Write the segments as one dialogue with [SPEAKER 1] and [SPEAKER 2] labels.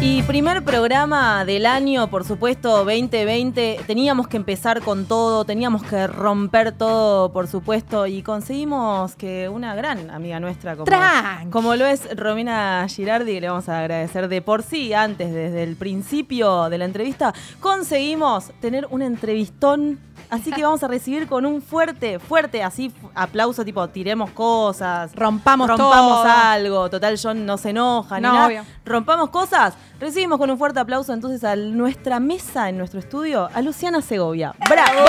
[SPEAKER 1] El primer programa del año, por supuesto, 2020, teníamos que empezar con todo, teníamos que romper todo, por supuesto, y conseguimos que una gran amiga nuestra, como,
[SPEAKER 2] Tranqui.
[SPEAKER 1] como lo es Romina Girardi, que le vamos a agradecer de por sí, antes, desde el principio de la entrevista, conseguimos tener un entrevistón. Así que vamos a recibir con un fuerte, fuerte, así fu- aplauso, tipo, tiremos cosas,
[SPEAKER 2] Rompamos,
[SPEAKER 1] rompamos
[SPEAKER 2] todo.
[SPEAKER 1] algo. Total, John no se enoja, ni
[SPEAKER 2] No,
[SPEAKER 1] nada.
[SPEAKER 2] obvio.
[SPEAKER 1] Rompamos cosas. Recibimos con un fuerte aplauso entonces a nuestra mesa en nuestro estudio, a Luciana Segovia.
[SPEAKER 2] Eh,
[SPEAKER 1] ¡Bravo!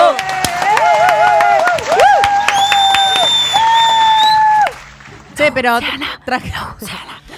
[SPEAKER 2] Che, pero trajeron.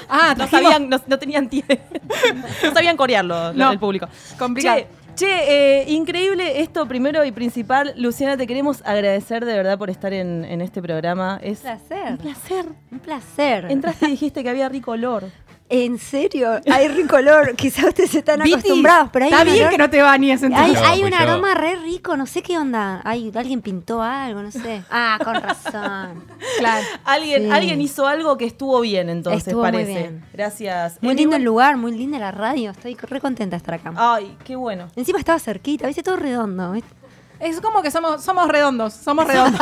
[SPEAKER 2] Ah,
[SPEAKER 1] No
[SPEAKER 2] trajimos-
[SPEAKER 1] sabían, no, no tenían tie- no sabían corearlo lo-
[SPEAKER 2] No.
[SPEAKER 1] el público.
[SPEAKER 2] Complicado.
[SPEAKER 1] Che, che, eh, increíble esto primero y principal. Luciana, te queremos agradecer de verdad por estar en, en este programa. Es
[SPEAKER 3] placer.
[SPEAKER 1] un placer.
[SPEAKER 3] Un placer.
[SPEAKER 1] Entraste y dijiste que había rico olor.
[SPEAKER 3] en serio, hay rico olor. Quizás ustedes están
[SPEAKER 2] Vitis,
[SPEAKER 3] acostumbrados, pero hay
[SPEAKER 2] Está
[SPEAKER 3] un
[SPEAKER 2] bien
[SPEAKER 3] olor-
[SPEAKER 2] que no te bañes
[SPEAKER 3] Hay,
[SPEAKER 2] entonces.
[SPEAKER 4] No,
[SPEAKER 3] hay un
[SPEAKER 4] fui yo.
[SPEAKER 3] aroma re rico, no sé qué onda. Ay, alguien pintó algo, no sé. Ah, con razón.
[SPEAKER 2] Claro.
[SPEAKER 1] Alguien,
[SPEAKER 3] Sí.
[SPEAKER 1] alguien hizo algo que estuvo bien, entonces
[SPEAKER 3] Estuvo muy
[SPEAKER 1] parece.
[SPEAKER 3] bien.
[SPEAKER 1] Gracias. Eh,
[SPEAKER 3] Muy
[SPEAKER 1] Eli,
[SPEAKER 3] lindo
[SPEAKER 1] bueno-
[SPEAKER 3] el lugar, muy linda la radio. Estoy re contenta de estar acá.
[SPEAKER 1] Ay, qué bueno.
[SPEAKER 3] Encima estaba cerquita, viste todo redondo. ¿viste?
[SPEAKER 2] Es como que somos, somos redondos, somos redondos.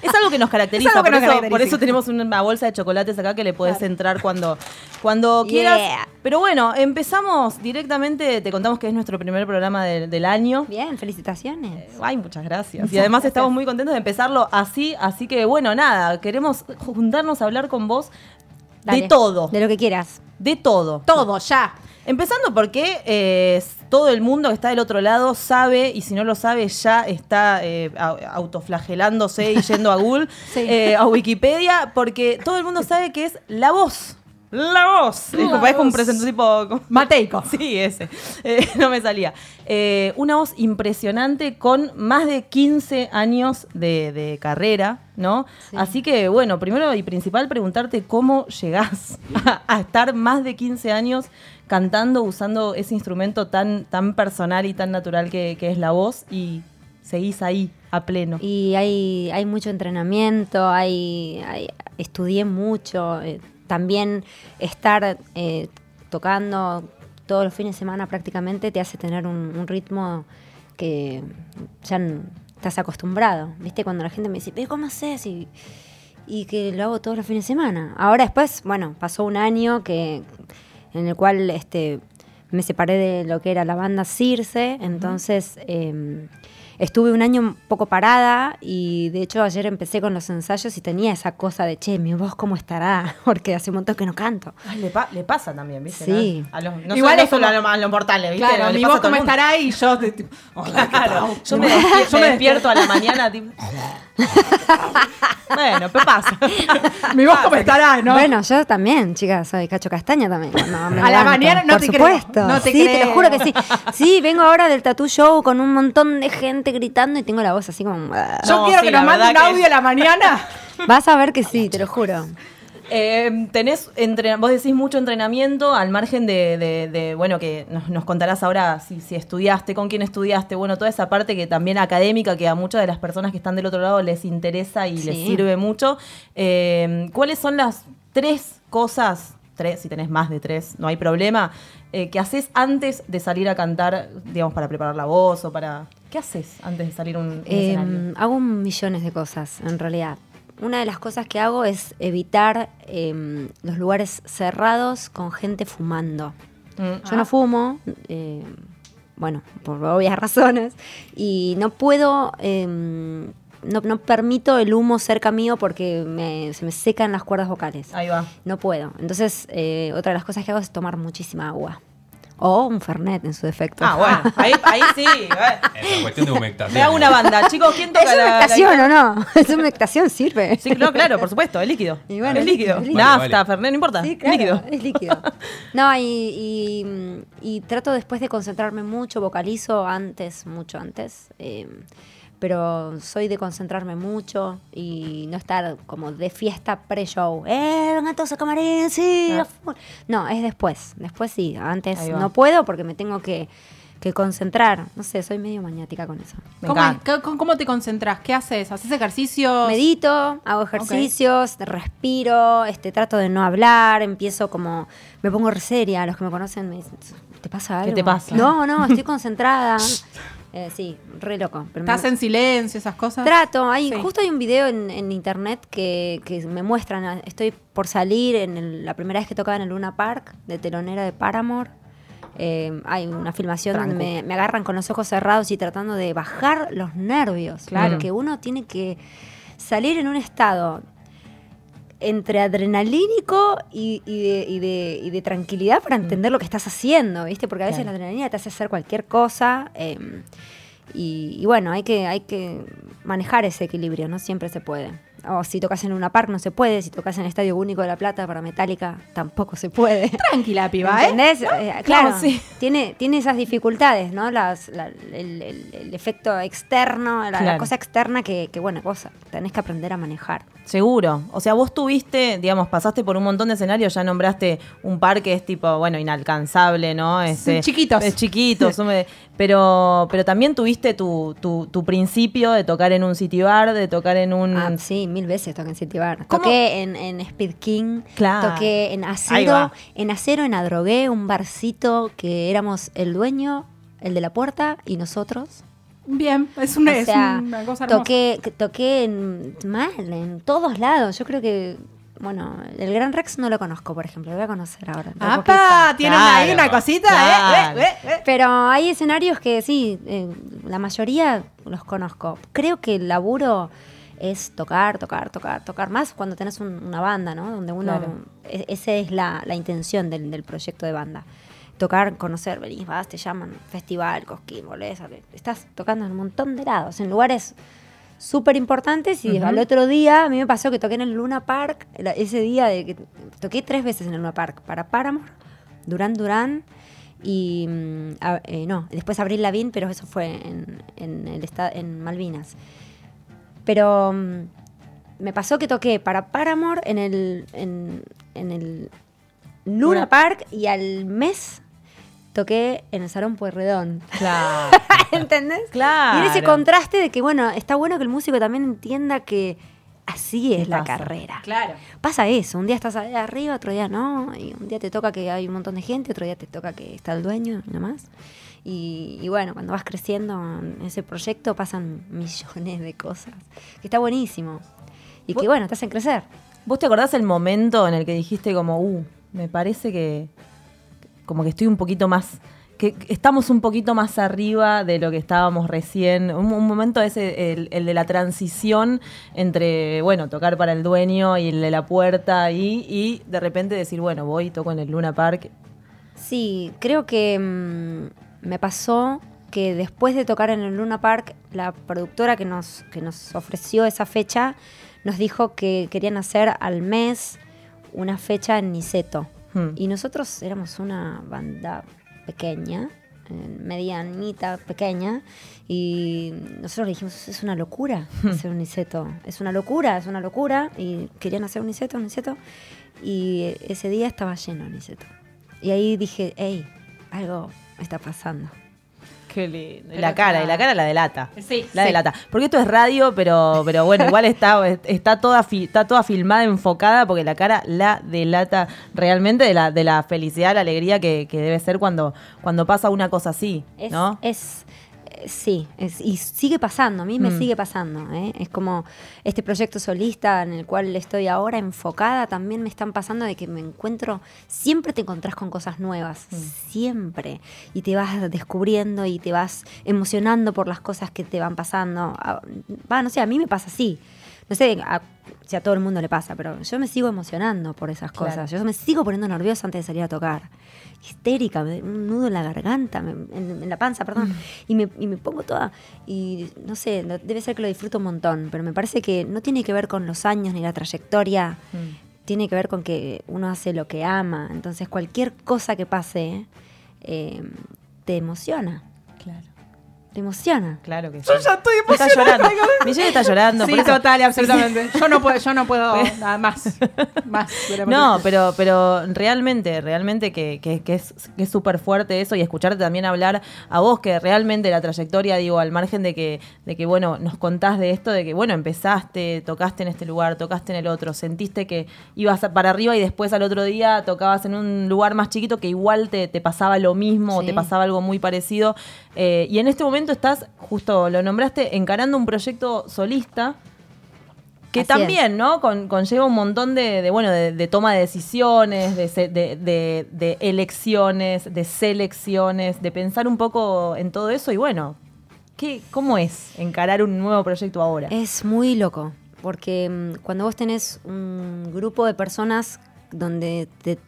[SPEAKER 1] Es algo que nos caracteriza,
[SPEAKER 2] Es algo que
[SPEAKER 1] por,
[SPEAKER 2] nos
[SPEAKER 1] eso,
[SPEAKER 2] caracteriza.
[SPEAKER 1] por eso tenemos una bolsa de chocolates acá que le podés entrar cuando, cuando
[SPEAKER 3] Yeah.
[SPEAKER 1] quieras. Pero bueno, empezamos directamente, te contamos que es nuestro primer programa del- del año.
[SPEAKER 3] Bien, felicitaciones.
[SPEAKER 1] Ay, muchas gracias. Y además estamos muy contentos de empezarlo así, así que bueno, nada, queremos juntarnos a hablar con vos de
[SPEAKER 3] Dale,
[SPEAKER 1] todo,
[SPEAKER 3] De lo que quieras.
[SPEAKER 1] de todo.
[SPEAKER 2] Todo, ya.
[SPEAKER 1] Empezando porque eh, todo el mundo que está del otro lado sabe, y si no lo sabe, ya está eh, au- autoflagelándose y yendo a Google,
[SPEAKER 3] Sí.
[SPEAKER 1] eh, a Wikipedia, porque todo el mundo sabe que es la voz. La voz. Es como, parezco un presentador tipo. como-
[SPEAKER 2] Mateico.
[SPEAKER 1] Sí, ese. Eh, no me salía. Eh, una voz impresionante con más de 15 años de, de carrera, ¿no? Así que, bueno, primero y principal preguntarte cómo llegás a, a estar más de 15 años cantando, usando ese instrumento tan, tan personal y tan natural que, que es la voz y seguís ahí a pleno.
[SPEAKER 3] Y hay, hay mucho entrenamiento, hay, hay- estudié mucho. eh, también estar eh, tocando todos los fines de semana prácticamente te hace tener un, un ritmo que ya n- estás acostumbrado. ¿Viste? Cuando la gente me dice, "Pero, ¿cómo haces? Y, y que lo hago todos los fines de semana. Ahora después, bueno, pasó un año que en el cual este me separé de lo que era la banda Circe, entonces eh, estuve un año un poco parada y de hecho ayer empecé con los ensayos y tenía esa cosa de, che, mi voz cómo estará, porque hace un montón que no canto.
[SPEAKER 1] Ay, le, pa- le pasa también, ¿viste?
[SPEAKER 3] Sí.
[SPEAKER 1] ¿No? A los, no
[SPEAKER 2] Igual
[SPEAKER 1] solo-
[SPEAKER 2] es
[SPEAKER 1] no solo
[SPEAKER 2] como-
[SPEAKER 1] a los- a los mortales, ¿viste?
[SPEAKER 2] Claro,
[SPEAKER 1] Le
[SPEAKER 2] mi
[SPEAKER 1] pasa
[SPEAKER 2] voz
[SPEAKER 1] a todo
[SPEAKER 2] como
[SPEAKER 1] el mundo.
[SPEAKER 2] estará y yo de tipo, hola, ¿qué
[SPEAKER 1] Claro,
[SPEAKER 2] tal?
[SPEAKER 1] yo me, despier- yo me despierto a la mañana, tipo. bueno, ¿qué pasa?
[SPEAKER 2] Mi voz como estará, ¿no?
[SPEAKER 3] Bueno, yo también, chicas, soy cacho castaña también. cuando me
[SPEAKER 2] A la
[SPEAKER 3] levanto,
[SPEAKER 2] mañana no
[SPEAKER 3] por
[SPEAKER 2] te creo,
[SPEAKER 3] supuesto.
[SPEAKER 2] no te
[SPEAKER 3] sí, te
[SPEAKER 2] creo.
[SPEAKER 3] lo juro que sí. Sí, vengo ahora del Tattoo Show con un montón de gente gritando y tengo la voz así como... "Ah".
[SPEAKER 2] Yo
[SPEAKER 1] No,
[SPEAKER 2] quiero
[SPEAKER 1] sí,
[SPEAKER 2] que
[SPEAKER 1] la
[SPEAKER 2] nos mande un
[SPEAKER 1] verdad que-
[SPEAKER 2] audio a la mañana.
[SPEAKER 3] Vas a ver que sí, te lo juro.
[SPEAKER 1] Eh, tenés, entre- vos decís mucho entrenamiento al margen de, de- de, bueno, que nos, nos contarás ahora si, si estudiaste, con quién estudiaste, bueno, toda esa parte que también académica que a muchas de las personas que están del otro lado les interesa y les
[SPEAKER 3] Sí.
[SPEAKER 1] sirve mucho. Eh, ¿Cuáles son las tres cosas, tres, si tenés más de tres, no hay problema, eh, que haces antes de salir a cantar, digamos, para preparar la voz o para... ¿Qué haces antes de salir a un, un
[SPEAKER 3] Eh,
[SPEAKER 1] escenario?
[SPEAKER 3] hago millones de cosas, en realidad. Una de las cosas que hago es evitar em, los lugares cerrados con gente fumando.
[SPEAKER 1] Mm.
[SPEAKER 3] Yo no fumo, eh, bueno, por obvias razones, y no puedo, eh, no, no permito el humo cerca mío porque me- se me secan las cuerdas vocales.
[SPEAKER 1] Ahí va.
[SPEAKER 3] No puedo. Entonces, eh, otra de las cosas que hago es tomar muchísima agua. O un fernet en su defecto.
[SPEAKER 1] Ah, bueno, ahí, ahí sí. eh.
[SPEAKER 4] Es cuestión de humectación. ¿eh?
[SPEAKER 1] Me hago una banda, chicos. ¿Quién toca
[SPEAKER 3] ¿Es
[SPEAKER 1] la- la
[SPEAKER 3] humectación
[SPEAKER 1] guitarra?
[SPEAKER 3] o no? ¿Es humectación? Sirve.
[SPEAKER 1] Sí, no, claro, por supuesto, es líquido.
[SPEAKER 3] Y bueno,
[SPEAKER 1] es
[SPEAKER 3] es
[SPEAKER 1] líquido.
[SPEAKER 3] líquido, es líquido.
[SPEAKER 1] Nafta,
[SPEAKER 4] Vale, vale.
[SPEAKER 1] Fernet, no importa.
[SPEAKER 3] Sí, claro,
[SPEAKER 1] Líquido.
[SPEAKER 3] Es líquido. No, y, y- y trato después de concentrarme mucho, vocalizo antes, mucho antes. eh, pero soy de concentrarme mucho y no estar como de fiesta pre-show. ¡Eh, vengan todos a camarín! ¡Sí! a full! No, es después. Después sí. Antes
[SPEAKER 1] Ah. Ahí va.
[SPEAKER 3] no puedo porque me tengo que que concentrar. No sé, soy medio maniática con eso.
[SPEAKER 1] Me
[SPEAKER 2] ¿Cómo,
[SPEAKER 1] encanta.
[SPEAKER 2] es? ¿Cómo- cómo te concentras? ¿Qué haces? ¿Haces ejercicios?
[SPEAKER 3] Medito, hago ejercicios, respiro, este, trato de no hablar, empiezo como, me pongo re seria, los que me conocen me dicen, ¿te pasa
[SPEAKER 1] ¿Qué
[SPEAKER 3] algo?
[SPEAKER 1] te pasa?
[SPEAKER 3] No, no, estoy concentrada. Eh, sí, re loco. pero me-
[SPEAKER 2] ¿Estás en silencio, esas cosas?
[SPEAKER 3] Trato, hay,
[SPEAKER 2] Sí.
[SPEAKER 3] justo hay un video en, en internet que, que me muestran, ah, estoy por salir en el- la primera vez que tocaba en el Luna Park, de telonera de Paramore. Eh, hay una filmación donde me, me agarran con los ojos cerrados y tratando de bajar los nervios.
[SPEAKER 1] Claro.
[SPEAKER 3] Porque uno tiene que salir en un estado entre adrenalínico y, y de, y de- y de tranquilidad para entender lo que estás haciendo, ¿viste? Porque a veces
[SPEAKER 1] Claro.
[SPEAKER 3] la adrenalina te hace hacer cualquier cosa. eh, y, y bueno, hay que, hay que manejar ese equilibrio, no siempre se puede. O si tocas en una park no se puede, si tocas en el Estadio Único de La Plata para Metallica tampoco se puede.
[SPEAKER 2] Tranquila, piba, ¿eh?
[SPEAKER 3] ¿Entendés? Eh, claro,
[SPEAKER 1] No, sí.
[SPEAKER 3] tiene, tiene esas dificultades, ¿no? Las, la- el, el- el efecto externo, la, la
[SPEAKER 1] Claro.
[SPEAKER 3] cosa externa que, que, bueno, vos tenés que aprender a manejar.
[SPEAKER 1] Seguro. O sea, vos tuviste, digamos, pasaste por un montón de escenarios, ya nombraste un par que es tipo, bueno, inalcanzable, ¿no? Este,
[SPEAKER 2] Sí, chiquitos.
[SPEAKER 1] Es chiquitos. un- pero, pero también tuviste tu, tu, tu principio de tocar en un city bar, de tocar en un.
[SPEAKER 3] Ah, sí, mil veces toqué en City Bar.
[SPEAKER 1] Mm. ¿Cómo?
[SPEAKER 3] Toqué en, en Speed King,
[SPEAKER 1] Claro.
[SPEAKER 3] toqué en
[SPEAKER 1] Ahí
[SPEAKER 3] Acero,
[SPEAKER 1] va.
[SPEAKER 3] en Acero, en Adrogué, un barcito que éramos el dueño, el de la puerta y nosotros.
[SPEAKER 2] Bien, es una,
[SPEAKER 3] o
[SPEAKER 2] es
[SPEAKER 3] sea,
[SPEAKER 2] una cosa hermosa.
[SPEAKER 3] toqué, que- toqué en mal, en todos lados. Yo creo que, bueno, el Gran Rex no lo conozco, por ejemplo, lo voy a conocer ahora. de a
[SPEAKER 2] ¡Apa!
[SPEAKER 3] poquito.
[SPEAKER 2] Tienen ahí
[SPEAKER 1] Claro,
[SPEAKER 2] Ah, una cosita,
[SPEAKER 1] claro.
[SPEAKER 2] ¿eh? eh, eh, eh.
[SPEAKER 3] Pero hay escenarios que sí, eh, la mayoría los conozco. Creo que el laburo es tocar, tocar, tocar, tocar más cuando tenés un- una banda, ¿no? Donde uno...
[SPEAKER 1] Claro.
[SPEAKER 3] e- Esa es la, la intención del, del proyecto de banda. Tocar, conocer, venís, vas, te llaman, festival, cosquín, volvés, a- estás tocando en un montón de lados, en lugares súper importantes y al otro día a mí me pasó que toqué en el Luna Park, la- ese día de que toqué tres veces en el Luna Park, para Paramore, Durán Durán y mm, a- eh, no, después Abril Lavín, pero eso fue en, en el esta- en Malvinas. Pero mm, me pasó que toqué para Paramore en el, en, en el Luna
[SPEAKER 1] Luna.
[SPEAKER 3] Park y al mes toqué en el Salón Pueyrredón.
[SPEAKER 1] Claro.
[SPEAKER 3] ¿Entendés?
[SPEAKER 1] Claro.
[SPEAKER 3] Ah, Y en ese contraste de que, bueno, está bueno que el músico también entienda que así es la
[SPEAKER 1] pasa?
[SPEAKER 3] carrera.
[SPEAKER 2] Claro.
[SPEAKER 3] Pasa eso, un día estás ahí arriba, otro día no, y un día te toca que hay un montón de gente, otro día te toca que está el dueño, nada más. Y, y bueno, cuando vas creciendo en ese proyecto pasan millones de cosas, que está buenísimo. Y que bueno, te hacen crecer.
[SPEAKER 1] ¿Vos te acordás el momento en el que dijiste como, uh, me parece que como que estoy un poquito más, que que estamos un poquito más arriba de lo que estábamos recién? Un, un momento ese, el, el de la transición entre, bueno, tocar para el dueño y el de la puerta ahí, y de repente decir, bueno, voy y toco en el Luna Park.
[SPEAKER 3] Sí, creo que mm, me pasó que después de tocar en el Luna Park, la productora que nos, que nos ofreció esa fecha nos dijo que querían hacer al mes una fecha en Niceto.
[SPEAKER 1] Hmm.
[SPEAKER 3] Y nosotros éramos una banda pequeña, eh, medianita, pequeña, y nosotros le dijimos, es una locura hacer un Niceto, es una locura, es una locura, y querían hacer un Niceto, un Niceto, y ese día estaba lleno el Niceto. Y ahí dije, hey, algo está pasando.
[SPEAKER 1] Qué lindo. Y
[SPEAKER 2] Pero
[SPEAKER 1] la cara, y la
[SPEAKER 2] está-
[SPEAKER 1] cara la delata.
[SPEAKER 2] ¿Eh? Sí,
[SPEAKER 1] La
[SPEAKER 2] sí.
[SPEAKER 1] delata. Porque esto es radio, pero, pero bueno, igual está, está, toda fi- está toda filmada, enfocada, porque la cara la delata realmente de la, de la felicidad, la alegría que, que debe ser cuando, cuando pasa una cosa así,
[SPEAKER 3] Es,
[SPEAKER 1] ¿no?
[SPEAKER 3] es eh, sí, es- y sigue pasando, a mí
[SPEAKER 1] Mm.
[SPEAKER 3] me sigue pasando. ¿eh? Es como este proyecto solista en el cual estoy ahora enfocada, también me están pasando de que me encuentro, siempre te encontrás con cosas nuevas,
[SPEAKER 1] Mm.
[SPEAKER 3] siempre, y te vas descubriendo y te vas emocionando por las cosas que te van pasando. Ah, Va, no sé, a mí me pasa así. No sé a- si a todo el mundo le pasa, pero yo me sigo emocionando por esas
[SPEAKER 1] Claro.
[SPEAKER 3] cosas. Yo me sigo poniendo nerviosa antes de salir a tocar. Histérica, me- un nudo en la garganta, me- en, en la panza, perdón. Y, me, y me pongo toda. Y no sé, lo- debe ser que lo disfruto un montón, pero me parece que no tiene que ver con los años ni la trayectoria. Tiene que ver con que uno hace lo que ama. Entonces, cualquier cosa que pase eh, te emociona.
[SPEAKER 1] Claro.
[SPEAKER 3] Te emociona.
[SPEAKER 1] Claro que sí.
[SPEAKER 2] Yo ya estoy
[SPEAKER 1] Está
[SPEAKER 2] emocionada.
[SPEAKER 1] llorando. Michelle está llorando.
[SPEAKER 2] Sí,
[SPEAKER 1] por eso-
[SPEAKER 2] total, absolutamente. Yo no puedo, yo no puedo nada más. Más.
[SPEAKER 1] No, pero, pero realmente, realmente que, que- que es que es súper fuerte eso y escucharte también hablar a vos, que realmente la trayectoria, digo, al margen de que, de que bueno, nos contás de esto, de que, bueno, empezaste, tocaste en este lugar, tocaste en el otro, sentiste que ibas a- para arriba y después al otro día tocabas en un lugar más chiquito que igual te, te pasaba lo mismo o
[SPEAKER 3] Sí.
[SPEAKER 1] te pasaba algo muy parecido. Eh, y en este momento estás, justo lo nombraste, encarando un proyecto solista. Que
[SPEAKER 3] Así
[SPEAKER 1] también, ¿no? Con- conlleva un montón de, de, bueno, de, de toma de decisiones, de, se- de- de- de elecciones, de selecciones, de pensar un poco en todo eso y bueno, ¿qué, ¿cómo es encarar un nuevo proyecto ahora?
[SPEAKER 3] Es muy loco, porque mm, cuando vos tenés un grupo de personas donde te-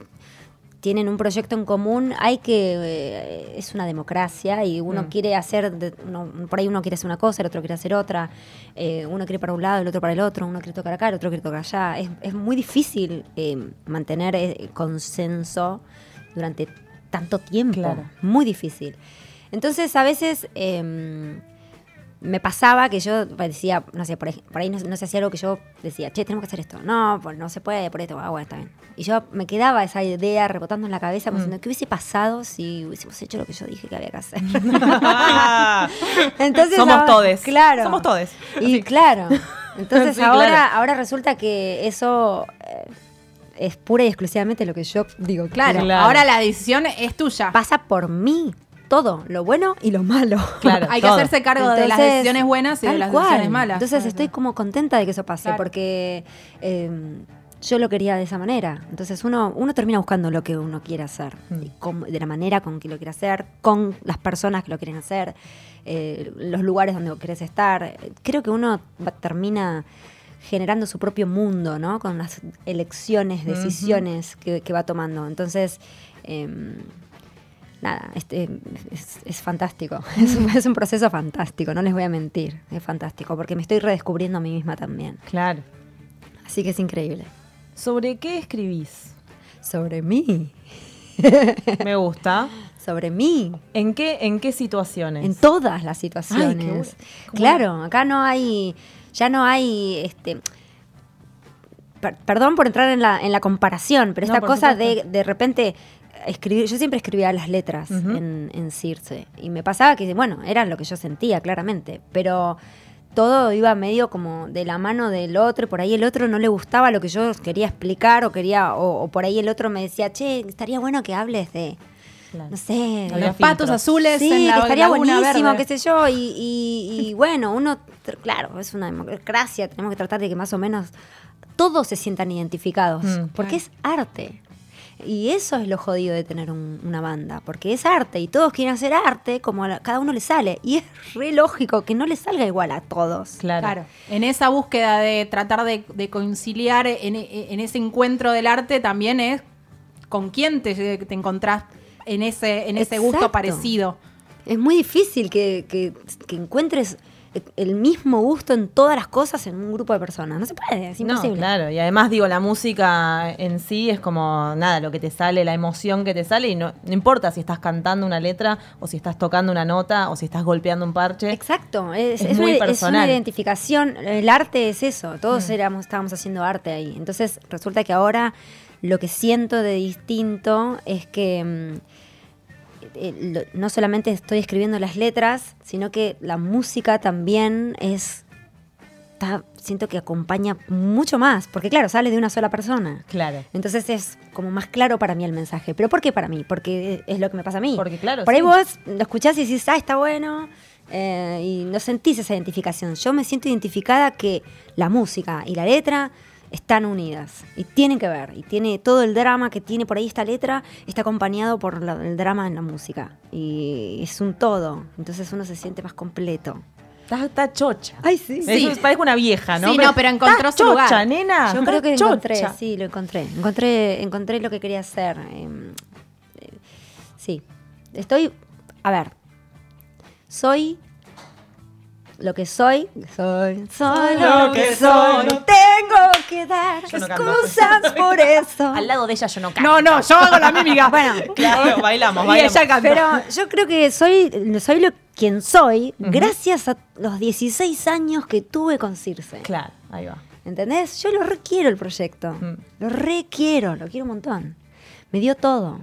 [SPEAKER 3] tienen un proyecto en común, hay que eh, es una democracia y uno
[SPEAKER 1] Mm.
[SPEAKER 3] quiere hacer, de- uno- por ahí uno quiere hacer una cosa, el otro quiere hacer otra, eh, uno quiere para un lado, el otro para el otro, uno quiere tocar acá, el otro quiere tocar allá. Es, es muy difícil eh, mantener eh, consenso durante tanto tiempo,
[SPEAKER 1] Claro.
[SPEAKER 3] muy difícil. Entonces a veces em, me pasaba que yo decía, no sé, por, ej- por ahí no, no se hacía algo que yo decía, che, tenemos que hacer esto. No, por- no se puede, por esto, ah, bueno, está bien. Y yo me quedaba esa idea rebotando en la cabeza,
[SPEAKER 1] Mm.
[SPEAKER 3] como diciendo, ¿qué hubiese pasado si hubiésemos hecho lo que yo dije que había que hacer? Entonces,
[SPEAKER 1] Somos
[SPEAKER 3] ahora-
[SPEAKER 1] todes.
[SPEAKER 3] Claro.
[SPEAKER 1] Somos todes.
[SPEAKER 3] Y claro. Entonces
[SPEAKER 1] Sí,
[SPEAKER 3] ahora,
[SPEAKER 1] claro.
[SPEAKER 3] ahora resulta que eso eh, es pura y exclusivamente lo que yo digo, claro.
[SPEAKER 1] Claro.
[SPEAKER 2] Ahora la decisión es tuya.
[SPEAKER 3] Pasa por mí todo, lo bueno y lo malo.
[SPEAKER 1] Claro,
[SPEAKER 2] Hay
[SPEAKER 1] todo.
[SPEAKER 2] que hacerse cargo de las
[SPEAKER 3] Entonces,
[SPEAKER 2] decisiones buenas y de
[SPEAKER 3] tal
[SPEAKER 2] las
[SPEAKER 3] cual.
[SPEAKER 2] decisiones malas.
[SPEAKER 3] Entonces estoy como contenta de que eso pase,
[SPEAKER 2] Claro.
[SPEAKER 3] porque eh, yo lo quería de esa manera. Entonces uno, uno termina buscando lo que uno quiere hacer,
[SPEAKER 2] Mm.
[SPEAKER 3] y cómo- de la manera con que lo quiere hacer, con las personas que lo quieren hacer, eh, los lugares donde querés estar. Creo que uno va- termina generando su propio mundo, ¿no? Con las elecciones, decisiones que, que va tomando. Entonces... em, nada, este, es, es fantástico. Es un, es un proceso fantástico, no les voy a mentir. Es fantástico, porque me estoy redescubriendo a mí misma también.
[SPEAKER 1] Claro.
[SPEAKER 3] Así que es increíble.
[SPEAKER 1] ¿Sobre qué escribís?
[SPEAKER 3] Sobre mí,
[SPEAKER 1] Me gusta.
[SPEAKER 3] sobre mí,
[SPEAKER 1] ¿En qué, en qué situaciones?
[SPEAKER 3] en todas las
[SPEAKER 1] Ay, qué bueno.
[SPEAKER 3] situaciones.
[SPEAKER 1] ¿Cómo?
[SPEAKER 3] claro, acá no hay, ya no hay, este, per- perdón por entrar en la, en la comparación, pero
[SPEAKER 1] No,
[SPEAKER 3] esta
[SPEAKER 1] por
[SPEAKER 3] cosa de
[SPEAKER 1] supuesto.
[SPEAKER 3] de repente escribir, yo siempre escribía las letras
[SPEAKER 1] Ujú.
[SPEAKER 3] en, en Circe y me pasaba que, bueno, era lo que yo sentía claramente, pero todo iba medio como de la mano del otro, y por ahí el otro no le gustaba lo que yo quería explicar o quería, o, o por ahí el otro me decía, che, estaría bueno que hables de,
[SPEAKER 1] Claro.
[SPEAKER 3] no sé,
[SPEAKER 1] Había
[SPEAKER 3] de
[SPEAKER 2] Los patos
[SPEAKER 1] filtros.
[SPEAKER 2] azules
[SPEAKER 3] Sí,
[SPEAKER 2] en la
[SPEAKER 3] que estaría
[SPEAKER 2] laguna
[SPEAKER 3] buenísimo,
[SPEAKER 2] verde.
[SPEAKER 3] qué sé yo. Y, y- y bueno, uno, tr- claro, es una democracia, tenemos que tratar de que más o menos todos se sientan identificados,
[SPEAKER 1] Mm,
[SPEAKER 3] porque es arte. Y eso es lo jodido de tener un- una banda, porque es arte y todos quieren hacer arte como a la- cada uno le sale. Y es re lógico que no le salga igual a todos.
[SPEAKER 1] Claro.
[SPEAKER 2] Claro. En esa búsqueda de tratar de, de conciliar, en, e, en ese encuentro del arte, también es con quién te, te encontrás en ese, en ese gusto
[SPEAKER 3] Exacto.
[SPEAKER 2] parecido.
[SPEAKER 3] Es muy difícil que, que- que encuentres el mismo gusto en todas las cosas en un grupo de personas. No se puede, es imposible.
[SPEAKER 1] No, claro, y además digo, la música en sí es como nada, lo que te sale, la emoción que te sale, y no, no importa si estás cantando una letra, o si estás tocando una nota, o si estás golpeando un parche.
[SPEAKER 3] Exacto, es,
[SPEAKER 1] Es
[SPEAKER 3] es
[SPEAKER 1] muy
[SPEAKER 3] una, es
[SPEAKER 1] personal.
[SPEAKER 3] una identificación. El arte es eso, todos éramos, estábamos haciendo arte ahí. Entonces resulta que ahora lo que siento de distinto es que mm, eh, lo- no solamente estoy escribiendo las letras, sino que la música también es... está- siento que acompaña mucho más, porque claro, sale de una sola persona.
[SPEAKER 1] Claro.
[SPEAKER 3] Entonces es como más claro para mí el mensaje. ¿Pero por qué para mí? Porque es lo que me pasa a mí.
[SPEAKER 1] Porque, claro,
[SPEAKER 3] Por ahí
[SPEAKER 1] sí.
[SPEAKER 3] vos lo escuchás y decís, ah, está bueno. eh, y no sentís esa identificación. Yo me siento identificada que la música y la letra están unidas y tienen que ver. Y tiene todo el drama que tiene por ahí esta letra está acompañado por la- el drama en la música. Y es un todo. Entonces uno se siente más completo.
[SPEAKER 1] Está, está chocha.
[SPEAKER 3] Ay, sí.
[SPEAKER 1] Eso es- parece una vieja, ¿no?
[SPEAKER 2] Sí, no, pero encontró
[SPEAKER 1] estás
[SPEAKER 2] su lugar.
[SPEAKER 1] chocha, nena.
[SPEAKER 3] Yo creo
[SPEAKER 1] estás
[SPEAKER 3] que lo
[SPEAKER 1] chocha.
[SPEAKER 3] encontré, sí, lo encontré. Encontré, encontré lo que quería hacer. em, eh, sí. Estoy. A ver. Soy. Lo que soy, soy, soy lo que soy. No tengo que dar
[SPEAKER 1] Yo no canto.
[SPEAKER 3] excusas por eso.
[SPEAKER 1] Al lado de ella yo no canto.
[SPEAKER 2] No, no, yo hago la mímica.
[SPEAKER 3] Bueno,
[SPEAKER 1] Claro, bailamos,
[SPEAKER 2] Y
[SPEAKER 1] bailamos.
[SPEAKER 2] ella canta.
[SPEAKER 3] pero yo creo que soy, soy lo quien soy gracias a los 16 años que tuve con Circe.
[SPEAKER 1] Claro, ahí va.
[SPEAKER 3] ¿Entendés? Yo lo requiero el proyecto.
[SPEAKER 1] Mm.
[SPEAKER 3] Lo requiero, lo quiero un montón. Me dio todo.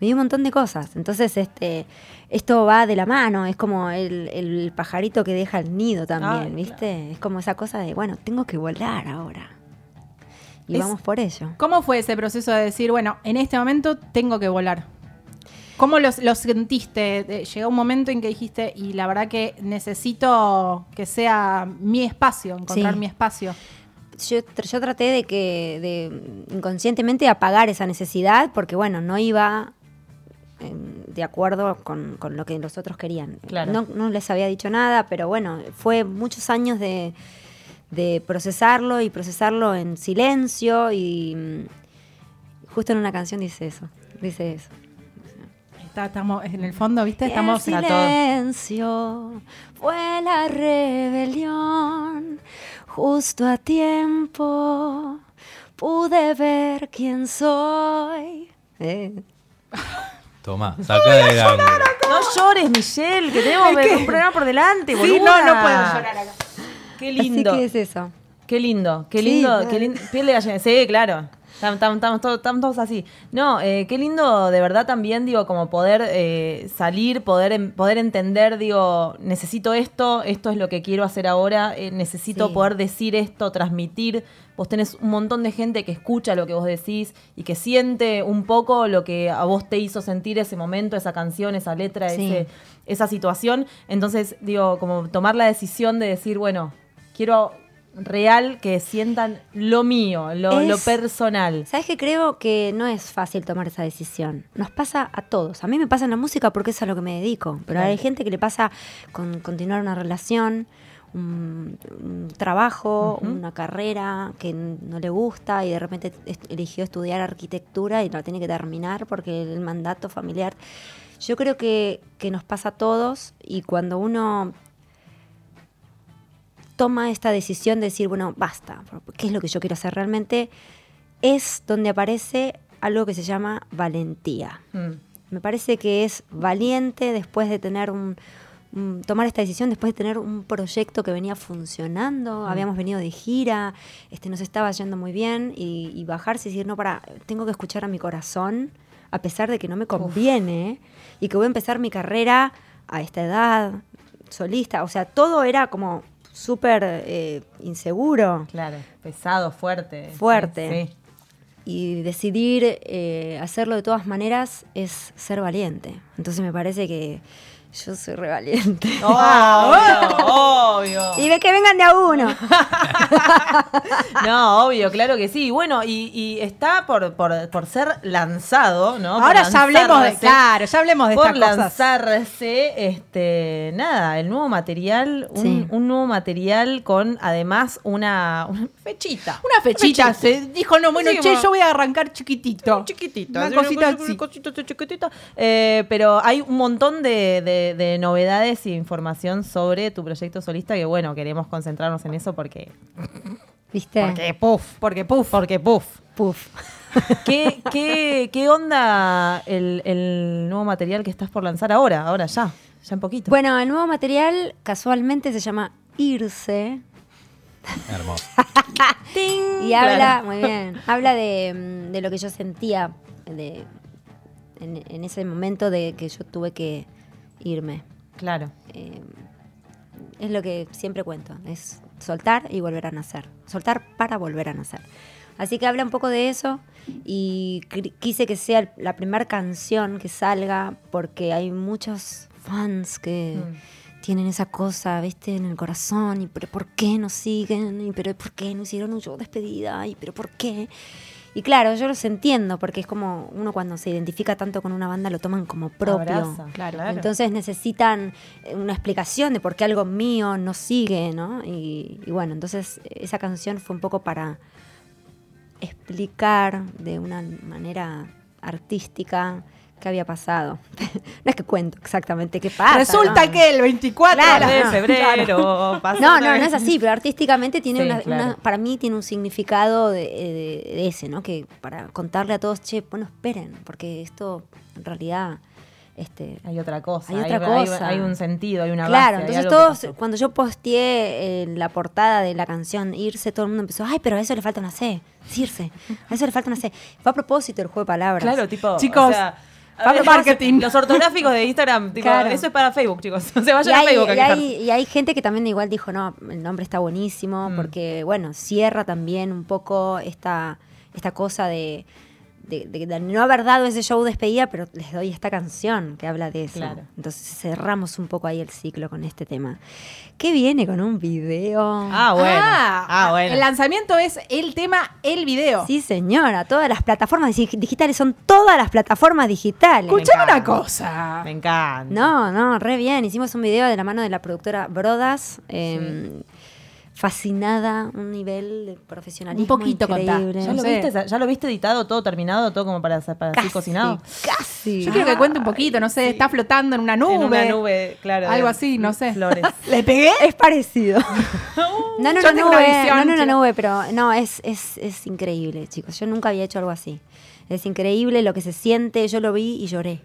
[SPEAKER 3] Me dio un montón de cosas. Entonces, este, esto va de la mano. Es como el, el pajarito que deja el nido también,
[SPEAKER 1] Ah,
[SPEAKER 3] ¿viste? Es como esa cosa de, bueno, tengo que volar ahora. Y
[SPEAKER 2] Es-
[SPEAKER 3] vamos por ello.
[SPEAKER 2] ¿Cómo fue ese proceso de decir, bueno, en este momento tengo que volar? ¿Cómo los- lo sentiste? Eh, Llegó un momento en que dijiste, y la verdad que necesito que sea mi espacio, encontrar
[SPEAKER 3] Sí.
[SPEAKER 2] mi espacio.
[SPEAKER 3] yo, tr- yo traté de que de, inconscientemente apagar esa necesidad porque bueno no iba eh, de acuerdo con, con lo que los otros querían
[SPEAKER 1] Claro.
[SPEAKER 3] no, no les había dicho nada pero bueno fue muchos años de, de procesarlo y procesarlo en silencio y mm, justo en una canción dice eso dice eso
[SPEAKER 2] Está- estamos en el fondo, ¿viste?
[SPEAKER 3] y
[SPEAKER 2] Estamos
[SPEAKER 3] el
[SPEAKER 2] a todo.
[SPEAKER 3] silencio fue la rebelión, justo a tiempo pude ver quién soy. Eh,
[SPEAKER 4] Tomá, saca del ángulo.
[SPEAKER 1] No llores, Michelle, que tenemos un programa por delante, boluda.
[SPEAKER 2] Sí, no, no puedo llorar acá.
[SPEAKER 1] Qué lindo.
[SPEAKER 3] Así que es eso.
[SPEAKER 1] Qué lindo, qué
[SPEAKER 3] Sí,
[SPEAKER 1] lindo,
[SPEAKER 3] claro.
[SPEAKER 1] qué lindo. Piel de gallina, sí, claro. Estamos todos, tam- todos así. No, eh, qué lindo de verdad también, digo, como poder eh, salir, poder, en- poder entender, digo, necesito esto, esto es lo que quiero hacer ahora, eh, necesito
[SPEAKER 3] Sí.
[SPEAKER 1] poder decir esto, transmitir. Vos tenés un montón de gente que escucha lo que vos decís y que siente un poco lo que a vos te hizo sentir ese momento, esa canción, esa letra,
[SPEAKER 3] Sí.
[SPEAKER 1] ese, esa situación. Entonces, digo, como tomar la decisión de decir, bueno, quiero real que sientan lo mío, lo,
[SPEAKER 3] Es-
[SPEAKER 1] lo personal.
[SPEAKER 3] Sabes que creo que no es fácil tomar esa decisión. Nos pasa a todos. A mí me pasa en la música porque es a lo que me dedico. Pero hay gente que le pasa con continuar una relación, un, un trabajo, una carrera que n- no le gusta y de repente est- eligió estudiar arquitectura y la tiene que terminar porque el mandato familiar. Yo creo que, que nos pasa a todos y cuando uno toma esta decisión de decir, bueno, basta, ¿qué es lo que yo quiero hacer realmente? Es donde aparece algo que se llama valentía.
[SPEAKER 1] Mm.
[SPEAKER 3] Me parece que es valiente después de tener un, un- tomar esta decisión, después de tener un proyecto que venía funcionando, habíamos venido de gira, este, nos estaba yendo muy bien, y, y bajarse y decir, no, para, tengo que escuchar a mi corazón, a pesar de que no me conviene, y que voy a empezar mi carrera a esta edad, solista. O sea, todo era como súper eh, inseguro.
[SPEAKER 1] Claro, pesado, fuerte.
[SPEAKER 3] Fuerte.
[SPEAKER 1] Sí.
[SPEAKER 3] Y decidir eh, hacerlo de todas maneras es ser valiente. Entonces me parece que yo soy re valiente.
[SPEAKER 1] Oh, obvio, obvio.
[SPEAKER 3] Y ve que vengan de a uno.
[SPEAKER 1] No, obvio, claro que sí. Bueno, y, y está por, por, por ser lanzado, ¿no? Por
[SPEAKER 2] Ahora ya hablemos de,
[SPEAKER 1] lanzarse.
[SPEAKER 2] claro, ya hablemos de
[SPEAKER 1] por
[SPEAKER 2] estas cosas.
[SPEAKER 1] lanzarse, este, nada, el nuevo material, un,
[SPEAKER 3] Sí.
[SPEAKER 1] un nuevo material con además una, una fechita.
[SPEAKER 2] Una fechita, se dijo, no, bueno,
[SPEAKER 1] Sí,
[SPEAKER 2] che,
[SPEAKER 1] bueno.
[SPEAKER 2] yo voy a arrancar chiquitito.
[SPEAKER 1] chiquitito.
[SPEAKER 2] Una
[SPEAKER 1] así,
[SPEAKER 2] cosita
[SPEAKER 1] cosa-
[SPEAKER 2] así.
[SPEAKER 1] cosita chiquitita. Eh, pero hay un montón de, de- de novedades y información sobre tu proyecto solista que, bueno, queremos concentrarnos en eso porque...
[SPEAKER 3] ¿Viste?
[SPEAKER 1] Porque puff. Porque puff. Porque puff.
[SPEAKER 3] Puf.
[SPEAKER 1] ¿Qué, qué, qué onda el, el nuevo material que estás por lanzar ahora? Ahora ya. Ya en poquito.
[SPEAKER 3] Bueno, el nuevo material casualmente se llama Irse.
[SPEAKER 4] Hermoso.
[SPEAKER 3] Y
[SPEAKER 1] Claro.
[SPEAKER 3] habla, muy bien, habla de, mm, de lo que yo sentía de- en, en ese momento de que yo tuve que irme.
[SPEAKER 1] Claro.
[SPEAKER 3] Eh, es lo que siempre cuento, es soltar y volver a nacer. Soltar para volver a nacer. Así que habla un poco de eso y cri- quise que sea el- la primera canción que salga porque hay muchos fans que tienen esa cosa, viste, en el corazón y pero ¿por qué no siguen? Y pero ¿por qué no hicieron un show de despedida? Y pero ¿por qué? Y claro, yo los entiendo porque es como uno cuando se identifica tanto con una banda lo toman como propio.
[SPEAKER 1] Abraza, claro.
[SPEAKER 3] Entonces necesitan eh, una explicación de por qué algo mío no sigue, ¿no? Y, y bueno, entonces eh, esa canción fue un poco para explicar de una manera artística qué había pasado. no es que cuento exactamente qué pasa.
[SPEAKER 2] Resulta
[SPEAKER 3] ¿no?
[SPEAKER 2] que el 24 a
[SPEAKER 3] Claro.
[SPEAKER 2] la-
[SPEAKER 1] de febrero. pasa
[SPEAKER 3] No,
[SPEAKER 1] otra
[SPEAKER 3] no, no
[SPEAKER 1] vez.
[SPEAKER 3] es así, pero artísticamente tiene
[SPEAKER 1] Sí,
[SPEAKER 3] una,
[SPEAKER 1] claro.
[SPEAKER 3] una- Para mí tiene un significado de, eh, de- de ese, ¿no? Que para contarle a todos, che, bueno, esperen, porque esto en realidad Este,
[SPEAKER 1] Hay otra cosa.
[SPEAKER 3] Hay otra cosa.
[SPEAKER 1] Hay, un sentido, hay una
[SPEAKER 3] claro,
[SPEAKER 1] base, hay
[SPEAKER 3] entonces
[SPEAKER 1] algo que
[SPEAKER 3] todos,
[SPEAKER 1] pasó.
[SPEAKER 3] cuando yo posteé eh, la portada de la canción Irse, todo el mundo empezó, ay, pero a eso le falta una C, es irse, a eso le falta una C. Fue a propósito el juego de palabras.
[SPEAKER 1] Claro, tipo.
[SPEAKER 2] Chicos,
[SPEAKER 1] o sea,
[SPEAKER 2] Pablo
[SPEAKER 1] a ver,
[SPEAKER 2] Marketing.
[SPEAKER 1] Los ortográficos de Instagram, tipo,
[SPEAKER 3] Claro.
[SPEAKER 1] eso es para Facebook, chicos. Se
[SPEAKER 3] Y
[SPEAKER 1] vayan a
[SPEAKER 3] hay,
[SPEAKER 1] Facebook a
[SPEAKER 3] y,
[SPEAKER 1] quejarse.
[SPEAKER 3] hay, y hay gente que también igual dijo, no, el nombre está buenísimo,
[SPEAKER 1] Mm.
[SPEAKER 3] porque, bueno, cierra también un poco esta, esta cosa de, de- de- de no haber dado ese show despedida, pero les doy esta canción que habla de eso.
[SPEAKER 1] Claro.
[SPEAKER 3] Entonces cerramos un poco ahí el ciclo con este tema. ¿Qué viene con un video?
[SPEAKER 1] Ah, bueno. Ah, bueno.
[SPEAKER 2] El lanzamiento es el tema, el video.
[SPEAKER 3] Sí, señora, todas las plataformas dig- digitales son todas las plataformas digitales.
[SPEAKER 2] Escuchame
[SPEAKER 1] encanta.
[SPEAKER 2] una cosa.
[SPEAKER 1] Me encanta.
[SPEAKER 3] No, no, re bien. Hicimos un video de la mano de la productora Brodas. eh, Fascinada, un nivel de profesionalismo.
[SPEAKER 2] Un poquito contá.
[SPEAKER 3] increíble.
[SPEAKER 1] ¿Ya lo,
[SPEAKER 2] Sí.
[SPEAKER 1] viste, ¿Ya lo viste editado, todo terminado, todo como para, para así cocinado?
[SPEAKER 3] Casi.
[SPEAKER 2] Yo quiero que cuente un poquito, no sé, está flotando en una nube.
[SPEAKER 1] En una nube, claro.
[SPEAKER 2] Algo
[SPEAKER 1] de
[SPEAKER 2] así, no sé.
[SPEAKER 1] Flores.
[SPEAKER 2] ¿Le pegué? Uh,
[SPEAKER 3] Es parecido. no, no,
[SPEAKER 2] Yo
[SPEAKER 3] no,
[SPEAKER 2] tengo una
[SPEAKER 3] nube,
[SPEAKER 2] visión,
[SPEAKER 3] no, no, no,
[SPEAKER 2] chicos.
[SPEAKER 3] nube, pero no, es, es, es increíble, chicos. Yo nunca había hecho algo así. Es increíble lo que se siente. Yo lo vi y lloré.